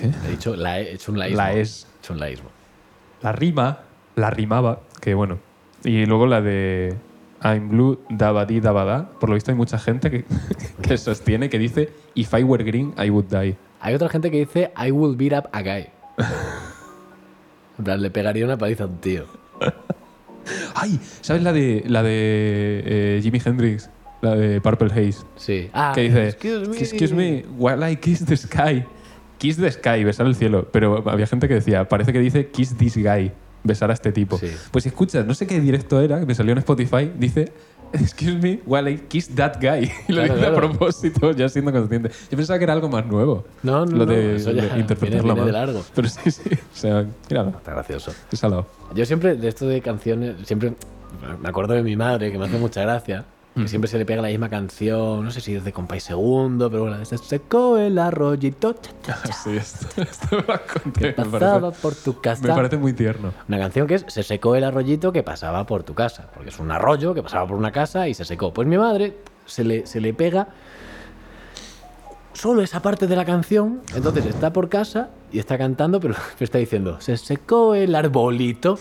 que es. He dicho, la E, he, he hecho un laísmo. La E es. He hecho un laísmo. la rima, la rimaba, que bueno. Y luego la de I'm blue, dabadi, dabada. Por lo visto hay mucha gente que, que sostiene que dice If I were green, I would die. Hay otra gente que dice I will beat up a guy. En plan, le pegaría una paliza a un tío. ¡Ay! ¿Sabes la de, la de eh, Jimi Hendrix? La de Purple Haze. Sí. Ah, que dice excuse me. Excuse me, while I kiss the sky Kiss the Sky, besar el cielo. Pero había gente que decía, parece que dice Kiss this guy, besar a este tipo. Sí. Pues escucha, no sé qué directo era, que me salió en Spotify, dice, excuse me, while I kiss that guy. Y lo Claro, claro. dice a propósito, ya siendo consciente. Yo pensaba que era algo más nuevo. No, no, lo no, de, eso ya de interpretarlo viene- viene mal. de largo. Pero sí, sí. O sea, míralo, Está gracioso. es al lado. Yo siempre, de esto de canciones, siempre me acuerdo de mi madre, que me hace mucha gracia. Mm. Que siempre se le pega la misma canción, no sé si es de Compay Segundo, pero bueno, se secó el arroyito, cha, cha, cha, Sí, esto, esto me lo conté, me pasaba parece- por tu me casa. parece muy tierno. Una canción que es Se secó el arroyito que pasaba por tu casa, porque es un arroyo que pasaba por una casa y se secó. Pues mi madre se le, se le pega solo esa parte de la canción, entonces está por casa y está cantando, pero está diciendo, se secó el arbolito,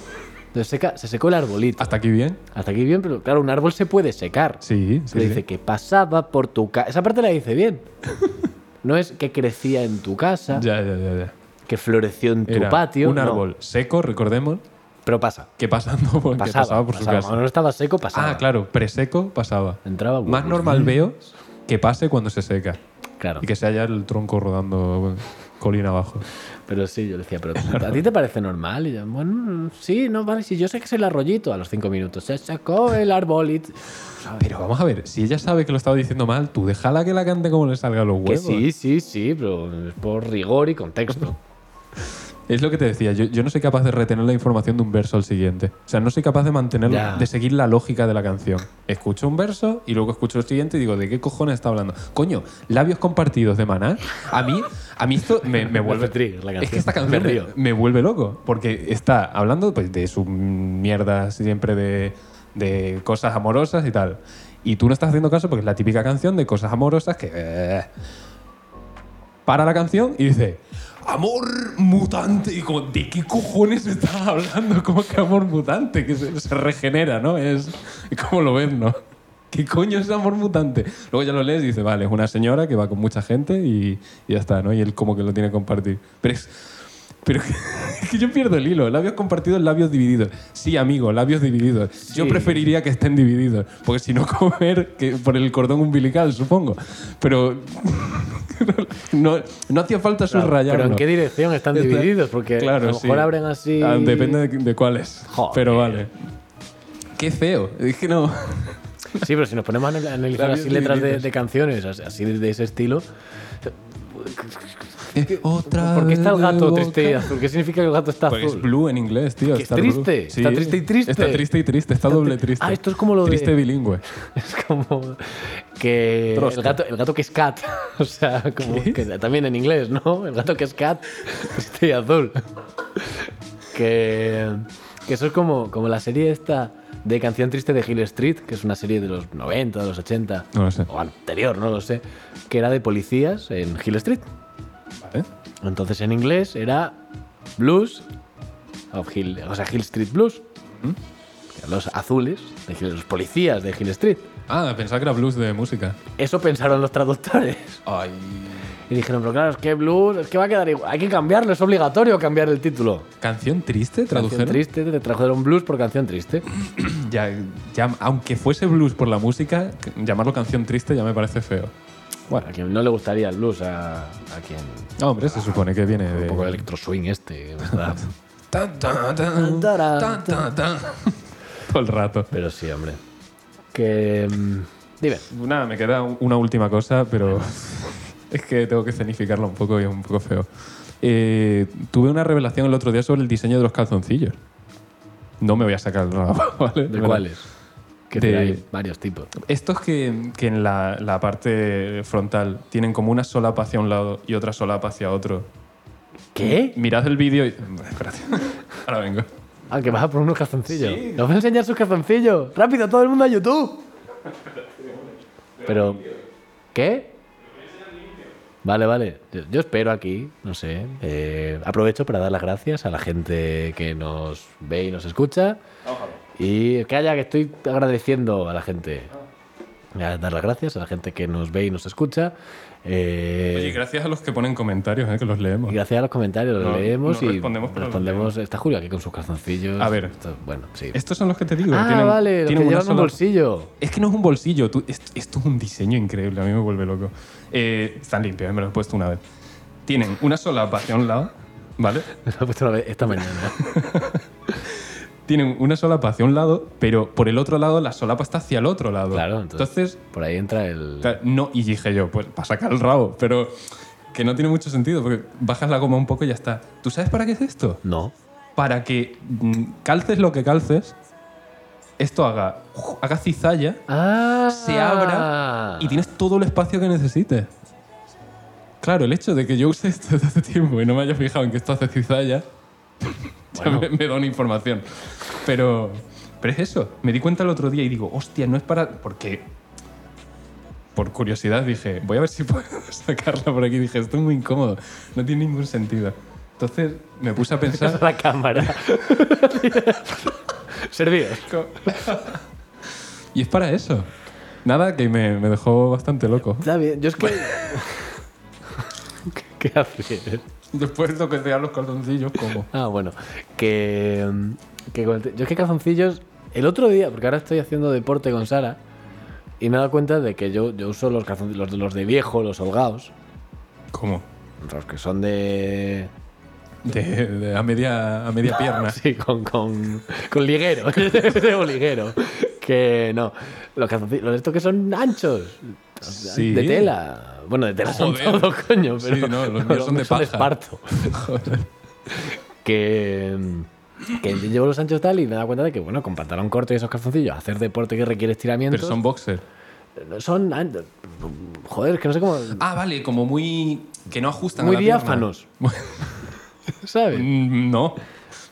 se, seca- se secó el arbolito. ¿Hasta aquí bien? Hasta aquí bien, pero claro, un árbol se puede secar. Sí, sí. Pero sí. dice que pasaba por tu casa. Esa parte la dice bien. No es que crecía en tu casa, Ya, ya, ya. ya. que floreció en tu Era patio. Un no. árbol seco, recordemos, Pero pasa. que pasando por, que Pasaba, pasaba por pasaba. su Cuando casa. no estaba seco, pasaba. Ah, claro, preseco pasaba. Entraba. Más Mm. normal veo que pase cuando se seca Claro. y que sea ya el tronco rodando bueno, colina abajo. Pero sí, yo le decía, pero ¿a ti te parece normal? Y yo, bueno, mm, sí, no, vale. Si yo sé que es el arroyito a los cinco minutos. Se sacó el arbolito. Pero vamos a ver, si ella sabe que lo estaba diciendo mal, tú déjala que la cante como le salga a los Que huevos. sí, sí, sí, pero es por rigor y contexto. Es lo que te decía, yo, yo no soy capaz de retener la información de un verso al siguiente. O sea, no soy capaz de mantener, Ya. de seguir la lógica de la canción. Escucho un verso y luego escucho el siguiente y digo, ¿de qué cojones está hablando? Coño, labios compartidos de Maná. A mí, a mí esto me, me vuelve. hace trigger la Es canción, que esta me canción me, río. me vuelve loco. Porque está hablando pues, de su mierda siempre de, de cosas amorosas y tal. Y tú no estás haciendo caso porque es la típica canción de cosas amorosas que. eh, para la canción y dice amor mutante y como de qué cojones estás hablando como que amor mutante que se, se regenera no es como lo ves no qué coño es amor mutante luego ya lo lees y dices vale es una señora que va con mucha gente y, y ya está no y él como que lo tiene que compartir pero es pero es que yo pierdo el hilo labios compartidos labios divididos sí amigo labios divididos yo Sí. preferiría que estén divididos porque si no comer que por el cordón umbilical supongo pero no, no hacía falta subrayarlo. Pero ¿en qué dirección están Está- divididos? Porque Claro, a lo sí. mejor abren así. Ah, depende de, de cuáles. Joder. Pero vale. Qué feo. Es que no. Sí, pero si nos ponemos a anal- analizar Labios así letras de, divididos. de canciones, as- así de ese estilo. Eh, Otra ¿Por qué está el vez de gato boca. triste y azul? ¿Qué significa que el gato está Porque es azul? blue en inglés, tío. Que es Star blue. triste, está triste y triste. Está triste y triste. Está, doble triste. Ah, esto es como lo de- Triste bilingüe. Es como que Troste. el gato, el gato que es cat. O sea, como que también en inglés, ¿no? El gato que es cat, triste y azul. Que, que eso es como, como la serie esta de Canción Triste de Hill Street, que es una serie de los 90, de los 80, No lo sé. o anterior, no lo sé, que era de policías en Hill Street. Vale. Entonces en inglés era Blues of Hill, o sea, Hill Street Blues. Que eran Los azules, de Hill- los policías de Hill Street. Ah, pensaba que era blues de música. Eso pensaron los traductores. Ay. Y dijeron, pero claro, es que blues, es que va a quedar igual. Hay que cambiarlo, es obligatorio cambiar el título. ¿Canción triste? Canción ¿Tradujeron? triste, te trajeron blues por canción triste. Ya, ya, aunque fuese blues por la música, llamarlo canción triste ya me parece feo. Bueno, a quien no le gustaría el blues, a, a quien. Ah, hombre, se supone que viene de. Un poco de electro swing este. ¿verdad? Tan, tan, tan, Tarán, tan, tan, tan. Todo el rato. pero sí, hombre. Que. mm, Dime. Nada, me queda un- una última cosa, pero es que tengo que cenificarla un poco y es un poco feo. Eh, tuve una revelación el otro día sobre el diseño de los calzoncillos. No me voy a sacar nada, ¿vale? ¿De Bueno, cuáles? Que De- hay varios tipos. Estos que, que en la, la parte frontal tienen como una solapa hacia un lado y otra solapa hacia otro. ¿Qué? Mirad el vídeo y... Espérate, ahora vengo. Ah, que vas a por unos calzoncillos. Nos va a enseñar sus calzoncillos. Rápido, todo el mundo a YouTube. Pero, ¿qué? Vale, vale. Yo- Yo espero aquí, no sé. Eh, aprovecho para dar las gracias a la gente que nos ve y nos escucha. Y calla, que estoy agradeciendo a la gente. Voy a dar las gracias a la gente que nos ve y nos escucha. Eh, Oye, gracias a los que ponen comentarios, eh, que los leemos. y gracias a los comentarios, los No, leemos no y respondemos, pero los respondemos. Está Julio aquí con sus calzoncillos. A ver. Esto- bueno, sí. Estos son los que te digo. ah, tienen- vale, los que tienen una llevan un sola- bolsillo. Es que no es un bolsillo. tú- es- esto es un diseño increíble. A mí me vuelve loco. Eh, están limpios, eh, me los he puesto una vez. tienen una solapa hacia un lado, ¿vale? Me lo he puesto una vez esta mañana. Tienen una solapa hacia un lado, pero por el otro lado la solapa está hacia el otro lado. Claro, entonces, entonces por ahí entra el. Claro, No, y dije yo, pues para sacar el rabo, pero que no tiene mucho sentido, porque bajas la goma un poco y ya está. ¿Tú sabes para qué es esto? No. Para que mm, calces lo que calces, esto haga, haga cizalla, Ah, se abra y tienes todo el espacio que necesites. Claro, el hecho de que yo use esto desde hace tiempo y no me haya fijado en que esto hace cizalla, ya me, me da una información. Pero, pero es eso. Me di cuenta el otro día y digo, hostia, no es para. Porque. Por curiosidad dije, voy a ver si puedo sacarla por aquí. Dije, esto es muy incómodo. No tiene ningún sentido. Entonces me puse a pensar. la cámara. Servido. co- y es para eso. Nada que me, me dejó bastante loco. Está bien, yo es que. ¿Qué haces? Después lo que te dan los calzoncillos, como. Ah, bueno. Que. mm, que con el te- yo es que calzoncillos. El otro día, porque ahora estoy haciendo deporte con Sara. Y me he dado cuenta de que yo, yo uso los calzoncillos, los, de- los de viejo, los holgados. ¿Cómo? Los que son de. De, de- a media, a media pierna. Sí, con, con, con liguero. de liguero. Que no. Los calzoncillos, los de estos que son anchos. Sí. De tela. Bueno, de tela Joder. son todos, coño. Pero Sí, no, los míos son de paja. esparto. que, mm, que llevo los anchos tal y me he dado cuenta de que, bueno, con pantalón corto y esos calzoncillos, hacer deporte que requiere estiramiento. Pero son boxers. son an- Joder, es que no sé cómo. Ah, vale, como muy. que no ajustan. muy a la pierna. diáfanos. Bueno, ¿Sabes? mm, no,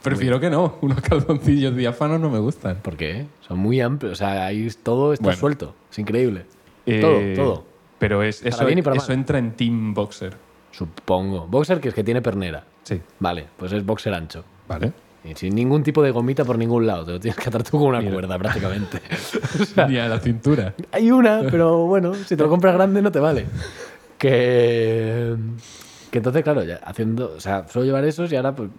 prefiero que no. Unos calzoncillos diáfanos no me gustan. ¿Por qué? Son muy amplios. O sea, ahí todo está Bueno. suelto. Es increíble. Eh, todo, todo. Pero es, eso, bien y para eso mal. entra en Team Boxer. Supongo. Boxer, que es que tiene pernera. Sí. Vale, pues es boxer ancho. Vale. Y sin ningún tipo de gomita por ningún lado. Te lo tienes que atar tú con una cuerda, prácticamente. O sea, Y a la cintura. hay una, pero bueno, si te lo compras grande no te vale. Que. Que entonces, claro, ya haciendo. O sea, suelo llevar esos y ahora pues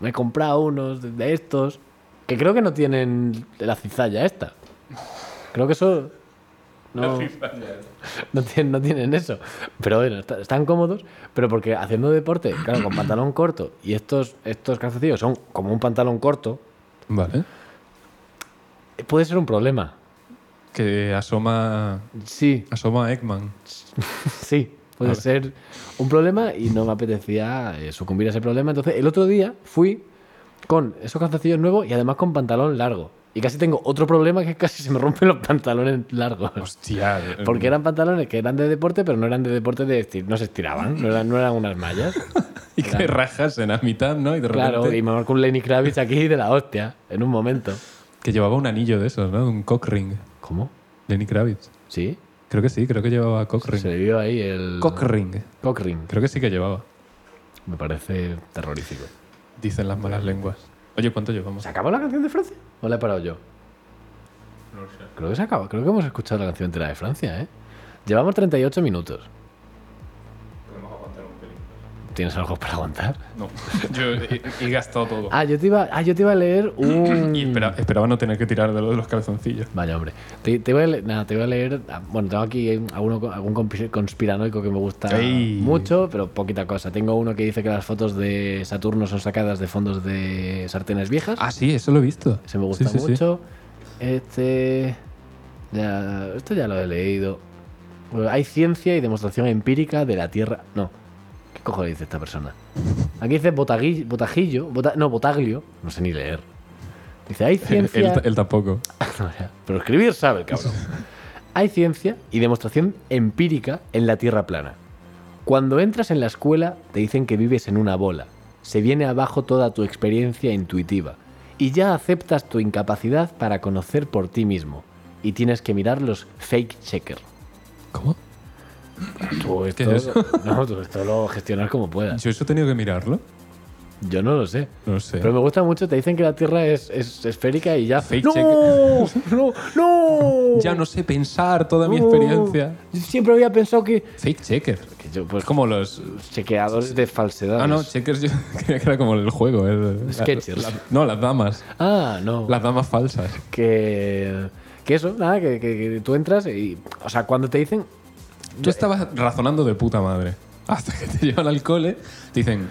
me he comprado unos de- de estos. Que creo que no tienen la cizalla esta. Creo que eso. No. No tienen, no tienen eso. Pero bueno, está- están cómodos, pero porque haciendo deporte, claro, con pantalón corto, y estos, estos calzoncillos son como un pantalón corto, Vale. eh, puede ser un problema. Que asoma. Sí, Asoma Ekman. sí, puede ser un problema y no me apetecía eh, sucumbir a ese problema. Entonces, el otro día fui con esos calzoncillos nuevos y además con pantalón largo. Y casi tengo otro problema que es casi se me rompen los pantalones largos. Hostia. eh, Porque eran pantalones que eran de deporte, pero no eran de deporte de estir, no se estiraban, no eran, no eran unas mallas. Y que rajas en la mitad, ¿no? Y de repente. Claro, y me marcó un Lenny Kravitz aquí de la hostia, en un momento. Que llevaba un anillo de esos, ¿no? Un cock ring. ¿Cómo? Lenny Kravitz. ¿Sí? Creo que sí, creo que llevaba cock ring. Se le vio ahí el... Cock ring. Cock ring. Creo que sí que llevaba. Me parece terrorífico. Dicen las malas lenguas. Oye, ¿cuánto llevamos? ¿Se acabó la canción de Francia? ¿O la he parado yo? Creo que se acaba. Creo que hemos escuchado la canción entera de Francia, ¿eh? Llevamos 38 minutos. Podemos aguantar un pelín. ¿Tienes algo para aguantar? No, yo he, he gastado todo. Ah, yo te iba, ah, yo te iba a leer un... Y espera- esperaba no tener que tirar de los, de los calzoncillos. Vaya, hombre. Te, te voy a leer, nada, te voy a leer. ah, Bueno, tengo aquí eh, alguno, algún compi- conspiranoico que me gusta Ey. mucho, pero poquita cosa. Tengo uno que dice que las fotos de Saturno son sacadas de fondos de sartenes viejas. Ah, sí, eso lo he visto. Ese me gusta Sí, sí, sí. mucho. Este. Ya, esto ya lo he leído. Bueno, Hay ciencia y demostración empírica de la Tierra. No. ¿Qué cojones dice esta persona? Aquí dice Botagui- Botajillo. Bota- no, Botaglio. No sé ni leer. Dice, hay Él, ciencia. él tampoco. O sea, Pero escribir sabe el cabrón. Hay ciencia y demostración empírica en la Tierra plana. Cuando entras en la escuela te dicen que vives en una bola. Se viene abajo toda tu experiencia intuitiva. Y ya aceptas tu incapacidad para conocer por ti mismo. Y tienes que mirar los fake checker. ¿Cómo? Tú esto, ¿Qué es eso? no, tú esto lo gestionas como puedas. Yo eso he tenido que mirarlo. Yo no lo sé. No sé. Pero me gusta mucho, te dicen que la Tierra es, es esférica y ya... Fake ¡No! checker. ¡No! ¡No! Ya no sé pensar toda mi No. experiencia. Uh, Yo siempre había pensado que. Fake checker. que yo, Es pues, como los. chequeadores de falsedad. Ah, no, checkers yo creía que era como el juego. el- Skechers. la- no, las damas. Ah, no. Las damas falsas. Que. Que eso, nada, que, que- que tú entras y. O sea, cuando te dicen. Tú estabas razonando de puta madre. hasta que te llevan al cole, te dicen,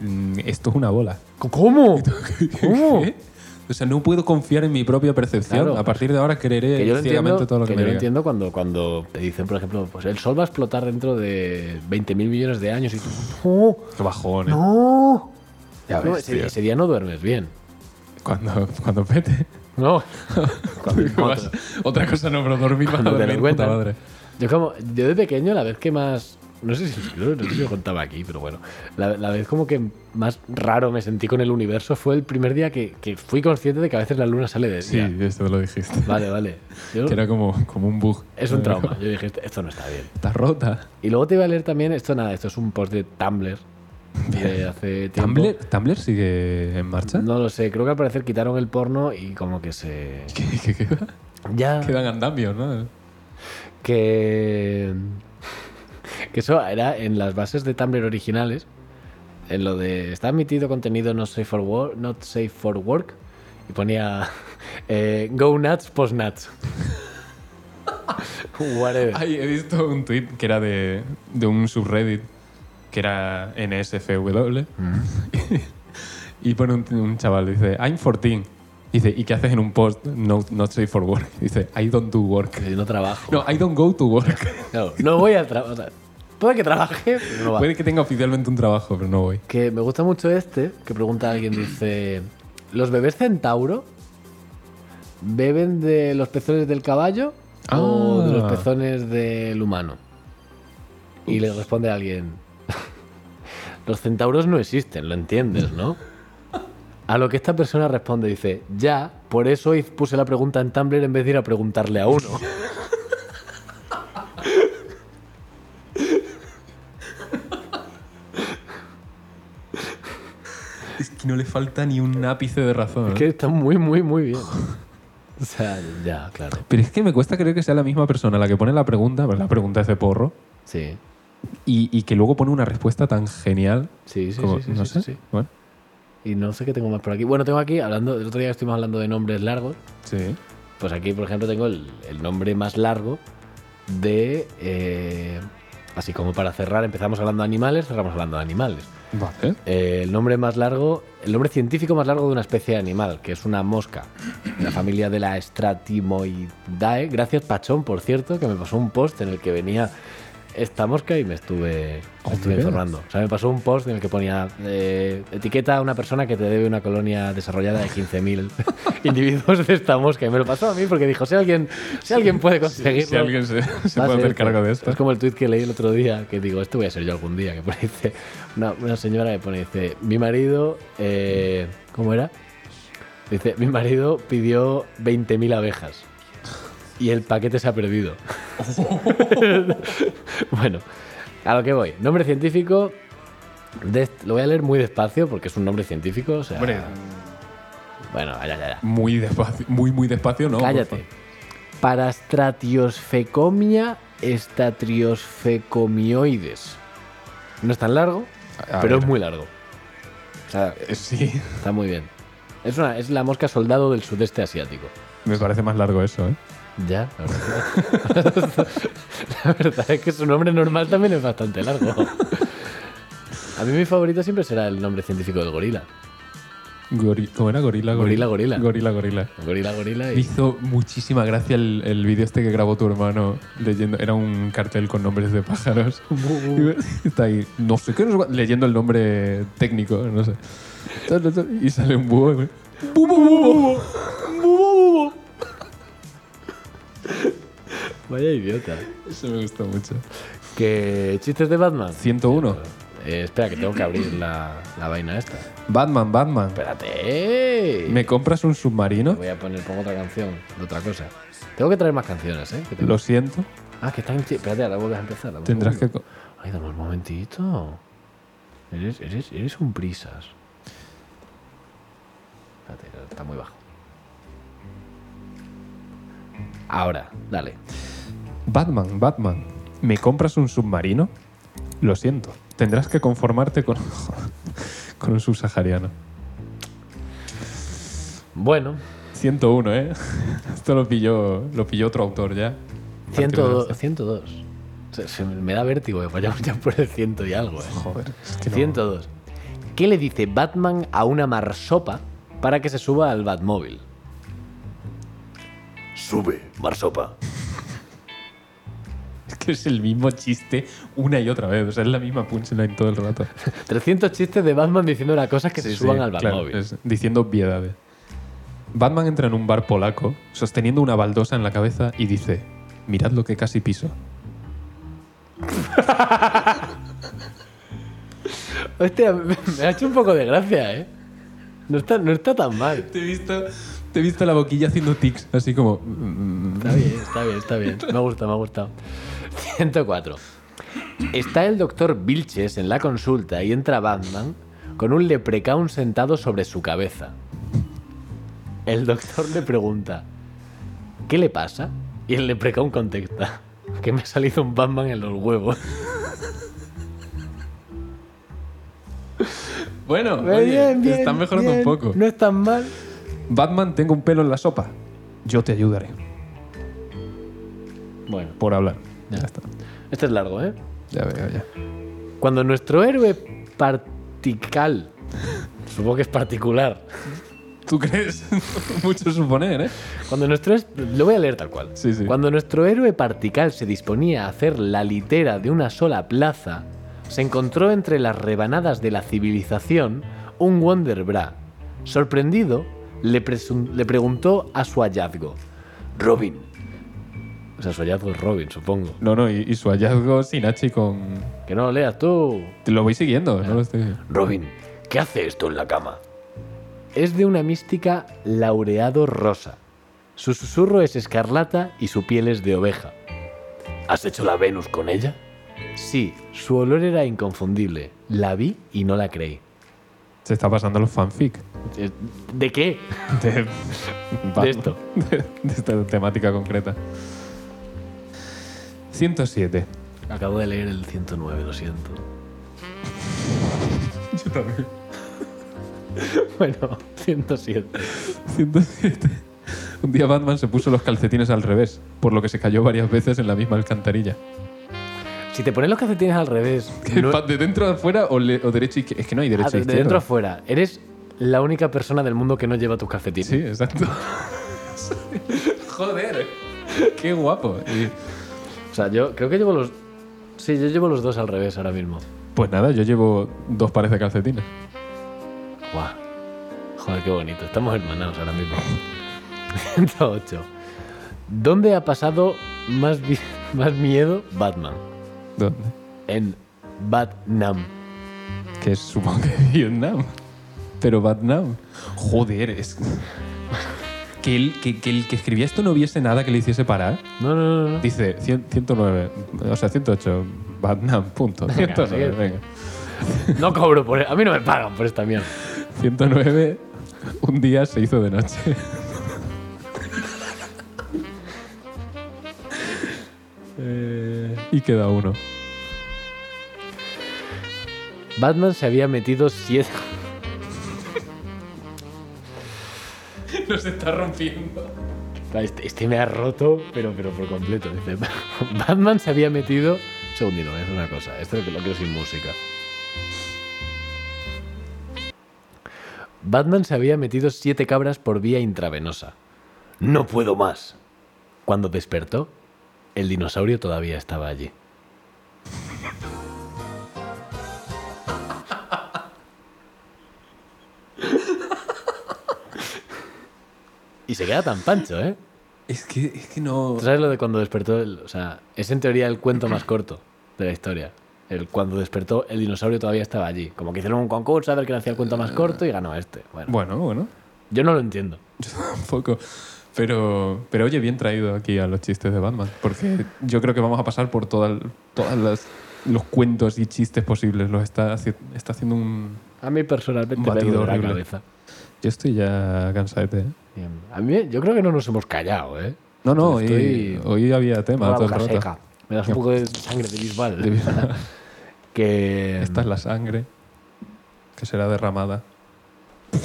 "Mm, esto es una bola. ¿Cómo? ¿Cómo? ¿Qué? O sea, no puedo confiar en mi propia percepción. Uh. Claro. A partir de ahora creeré Que yo lo entiendo, ciegamente todo lo que, que me yo lo digan. entiendo cuando, cuando te dicen, por ejemplo, pues el sol va a explotar dentro de 20.000 millones de años y tú, no, Qué bajón, ¿eh? no. Ya No, ves, ese, tío. ese día no duermes bien. Cuando, cuando pete. No. Cuando- Vas- Otra cosa no, pero dormir para Cuando te lo dormir, puta cuentan. madre. Yo como, yo de pequeño la vez que más, no sé si, no, no sé si lo contaba aquí, pero bueno, la, la vez como que más raro me sentí con el universo fue el primer día que, que fui consciente de que a veces la luna sale de Sí, día. esto lo dijiste. Vale, vale. Yo- Que era como, como un bug. Eh, es un trauma. Yo dije, "Esto- esto no está bien. Está rota. Y luego te iba a leer también, esto nada, esto es un post de Tumblr de hace tiempo. ¿Tumblr, ¿Tumblr sigue en marcha? No lo sé, creo que al parecer quitaron el porno y como que se... ¿Qué, qué queda? Ya... Quedan andamios, ¿no? que que eso era en las bases de Tumblr originales en lo de está admitido contenido no safe for work not safe for work y ponía eh, go nuts post nuts whatever Ay, he visto un tweet que era de, de un subreddit que era NSFW. Mm. y pone un, un chaval, dice, I'm 14. Dice, ¿y qué haces en un post? No, not safe for work. Dice, I don't do work. Que no trabajo No, I don't go to work. Claro, no voy a trabajar puede que trabaje pero no va Puede que tenga oficialmente un trabajo, pero no voy. que me gusta mucho este que pregunta a alguien dice los bebés centauro beben de los pezones del caballo o de los Ah. pezones del humano. Y le responde alguien, los centauros no existen, lo entiendes, ¿no? A lo que esta persona responde, dice, ya, por eso hiz- puse la pregunta en Tumblr en vez de ir a preguntarle a uno. Es que no le falta ni un ápice de razón. ¿eh? Es que está muy, muy, muy bien. O sea, ya, claro. Pero es que me cuesta creer que sea la misma persona la que pone la pregunta, pero la pregunta es de porro, Sí, y, y que luego pone una respuesta tan genial. sí, sí, como- sí, sí, no sí, sé. sí. Bueno, Y no sé qué tengo más por aquí. Bueno, tengo aquí, hablando, el otro día estuvimos hablando de nombres largos. sí. Pues aquí, por ejemplo, tengo el, el nombre más largo de. eh, así como para cerrar, empezamos hablando de animales, cerramos hablando de animales. Vale. Eh, el nombre más largo, el nombre científico más largo de una especie de animal, que es una mosca, de la familia de la Stratimoidae. Gracias, Pachón, por cierto, que me pasó un post en el que venía esta mosca y me estuve, me estuve Hombre. informando. O sea, me pasó un post en el que ponía eh, etiqueta a una persona que te debe una colonia desarrollada de 15.000 individuos de esta mosca. Y me lo pasó a mí porque dijo, si alguien, si alguien puede conseguirlo... Si alguien se, se Va a puede ser hacer cargo de esto. Ah, Es como el tweet que leí el otro día, que digo, este voy a ser yo algún día, que pone, dice, una, una señora que pone, dice, mi marido, eh, ¿cómo era? Dice, mi marido pidió 20.000 abejas y el paquete se ha perdido. bueno, a lo que voy. Nombre científico, de est- lo voy a leer muy despacio porque es un nombre científico, o sea... Hombre, Bueno, ya, ya, ya. muy despacio, muy, muy despacio, ¿no? por Cállate. Parastratiosfecomia estatriosfecomioides. No es tan largo, A- a pero ver. es muy largo. O sea, favor. Eh, Sí, está muy bien. Es, una, es la mosca soldado del sudeste asiático. me parece más largo eso, ¿eh? Ya. La verdad, La verdad es que su nombre normal también es bastante largo. A mí mi favorito siempre será el nombre científico del gorila. Gori- ¿Cómo era? Gorila, Gorila, gorila. gorila. Gorila, gorila. Gorila, gorila Me y... hizo muchísima gracia el, el vídeo este que grabó tu hermano leyendo. Era un cartel con nombres de pájaros. uh. Y Está ahí, no sé qué, no sé cuál, leyendo el nombre técnico, no sé. Tal, tal, tal, Y sale un búho. y me- ¡Bu, bu, bu, bu! Vaya idiota. Eso me gustó mucho. ¿Qué chistes de Batman? 101. Eh, espera, que tengo que abrir la, la vaina esta. Batman, Batman. Espérate. ¿Me compras un submarino? Voy a poner, pongo otra canción de otra cosa. Tengo que traer más canciones, ¿eh? Que tengo- Lo siento. Ah, que están... chi- Espérate, ahora vuelves a empezar. dame un Tendrás que. segundo. co- Ay, dame un momentito. Eres, eres, eres un prisas. Espérate, que está muy bajo. Ahora, dale. Batman, Batman. ¿Me compras un submarino? Lo siento. Tendrás que conformarte con. con un subsahariano. Bueno, 101, ¿eh? Esto lo pilló, lo pilló otro autor ya. 102. 102. Se, se me da vértigo, eh, vayamos ya por el ciento y algo. Eh. Joder, es que no. 102. ¿Qué le dice Batman a una marsopa para que se suba al Batmóvil? Sube, marsopa. Es que es el mismo chiste una y otra vez. O sea, es la misma punchline todo el rato. 300 chistes de Batman diciendo las cosas que se Sí, suban sí, al claro, Batmóvil. es- diciendo obviedades. Batman entra en un bar polaco sosteniendo una baldosa en la cabeza y dice: Mirad lo que casi piso. Hostia, me me ha hecho un poco de gracia, ¿eh? No está, no está tan mal. Te he visto, te he visto la boquilla haciendo tics, así como. mm, Está bien, está bien, está bien. Me ha gustado, me ha gustado. 104. Está el doctor Vilches en la consulta y entra Batman con un leprecaun sentado sobre su cabeza. El doctor le pregunta, ¿qué le pasa? Y el leprecaun contesta, que me ha salido un Batman en los huevos. Bueno, oye, está mejorando un poco. No es tan mal. Batman, tengo un pelo en la sopa. Yo te ayudaré. Bueno, Por hablar. Ya está. este es largo, ¿eh? Ya veo, ya. Cuando nuestro héroe partical, supongo que es particular, ¿Tú crees? Mucho suponer, ¿eh? Cuando nuestro es- lo voy a leer tal cual. Sí, sí. Cuando nuestro héroe partical se disponía a hacer la litera de una sola plaza, se encontró entre las rebanadas de la civilización un Wonder Bra. Sorprendido, le, presun- le preguntó a su hallazgo, Robin. O sea, su hallazgo es Robin, supongo. No, no, y, y su hallazgo sin H y con. Que no lo leas tú. Te lo voy siguiendo, no Este, lo estoy. Robin, ¿qué hace esto en la cama? Es de una mística laureado rosa. Su susurro es escarlata y su piel es de oveja. ¿Has hecho la Venus con ella? Sí, su olor era inconfundible. La vi y no la creí. Se está pasando los fanfic. Eh, ¿De qué? de, De esto. de- de esta temática concreta. 107. Acabo de leer el 109, lo siento. Yo también. Bueno, 107. 107. Un día Batman se puso los calcetines al revés, por lo que se cayó varias veces en la misma alcantarilla. Si te pones los calcetines al revés, no- Pa- ¿De dentro a afuera o, le- o derecho a izquierda? Es que no hay Ah, derecho de de a dentro izquierda. afuera, eres la única persona del mundo que no lleva tus calcetines. Sí, exacto. Joder. Qué guapo. Y- O sea, yo creo que llevo los. Sí, yo llevo los dos al revés ahora mismo. pues nada, yo llevo dos pares de calcetines. Guau. Joder, qué bonito. Estamos hermanados ahora mismo. 108. ¿Dónde ha pasado más, vi- más miedo Batman? ¿Dónde? En Batnam. Que supongo que Vietnam. Pero Vietnam. Joder, es. Que el que, que el que escribía esto no viese nada que le hiciese parar. No, no, no. no. Dice cien- 109, o sea, 108, Vietnam, punto. 109, sigue. venga. No cobro por. e-, A mí no me pagan por esta mierda. 109, un día se hizo de noche. Eh, y queda uno. Batman se había metido siete. Nos está rompiendo. Este, este me ha roto, pero, pero por completo. Dice, Batman se había metido. Un segundino, es una cosa. Esto lo quiero sin música. Batman se había metido siete cabras por vía intravenosa. No puedo más. Cuando despertó, el dinosaurio todavía estaba allí. Y se queda tan pancho, ¿eh? Es que, es que no. ¿Tú sabes lo de cuando despertó? el- o sea, es en teoría el cuento más corto de la historia. El cuando despertó, el dinosaurio todavía estaba allí. Como que hicieron un concurso a ver quién hacía el cuento más corto y ganó este. Bueno, Bueno, bueno. yo no lo entiendo. Tampoco. Pero, pero oye, bien traído aquí a los chistes de Batman. Porque yo creo que vamos a pasar por todas todos los cuentos y chistes posibles. Los está, haci- está haciendo un. A mí personalmente Un me batido duele la horrible. cabeza. Yo estoy ya cansadete. ¿eh? Bien. Em, A mí, yo creo que no nos hemos callado, ¿eh? No, no, hoy, Estoy- hoy había tema. Tengo todo la el boca rato. seca. Me das un poco de sangre de bisbal. que... Esta es la sangre que será derramada.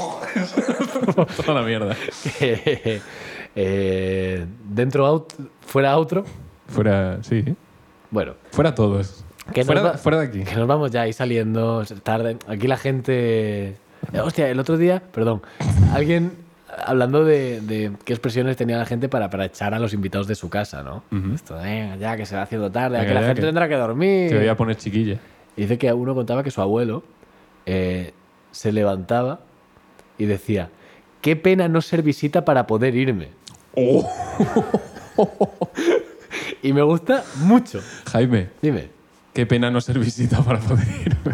Toda la mierda. eh, dentro out, fuera otro. Fuera, sí. Bueno, Fuera todos. Que nos Fuera, va- fuera de aquí. que nos vamos ya y saliendo es tarde. Aquí la gente. Eh, Hostia, el otro día, perdón, alguien hablando de, de qué expresiones tenía la gente para, para echar a los invitados de su casa, ¿no? Esto, "Venga, ya que se va haciendo tarde, Venga, aquí la ya gente que- tendrá que dormir. Te voy a poner chiquilla. Y dice que uno contaba que su abuelo eh, se levantaba y decía: Qué pena no ser visita para poder irme. y me gusta mucho. Jaime, Dime. qué pena no ser visita para poder irme.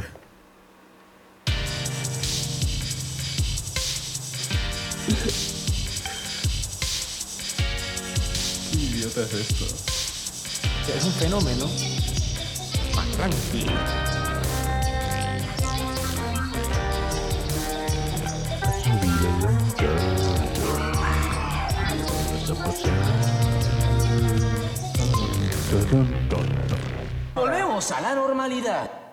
Qué idiota es esto. Es un fenómeno. Volvemos a la normalidad.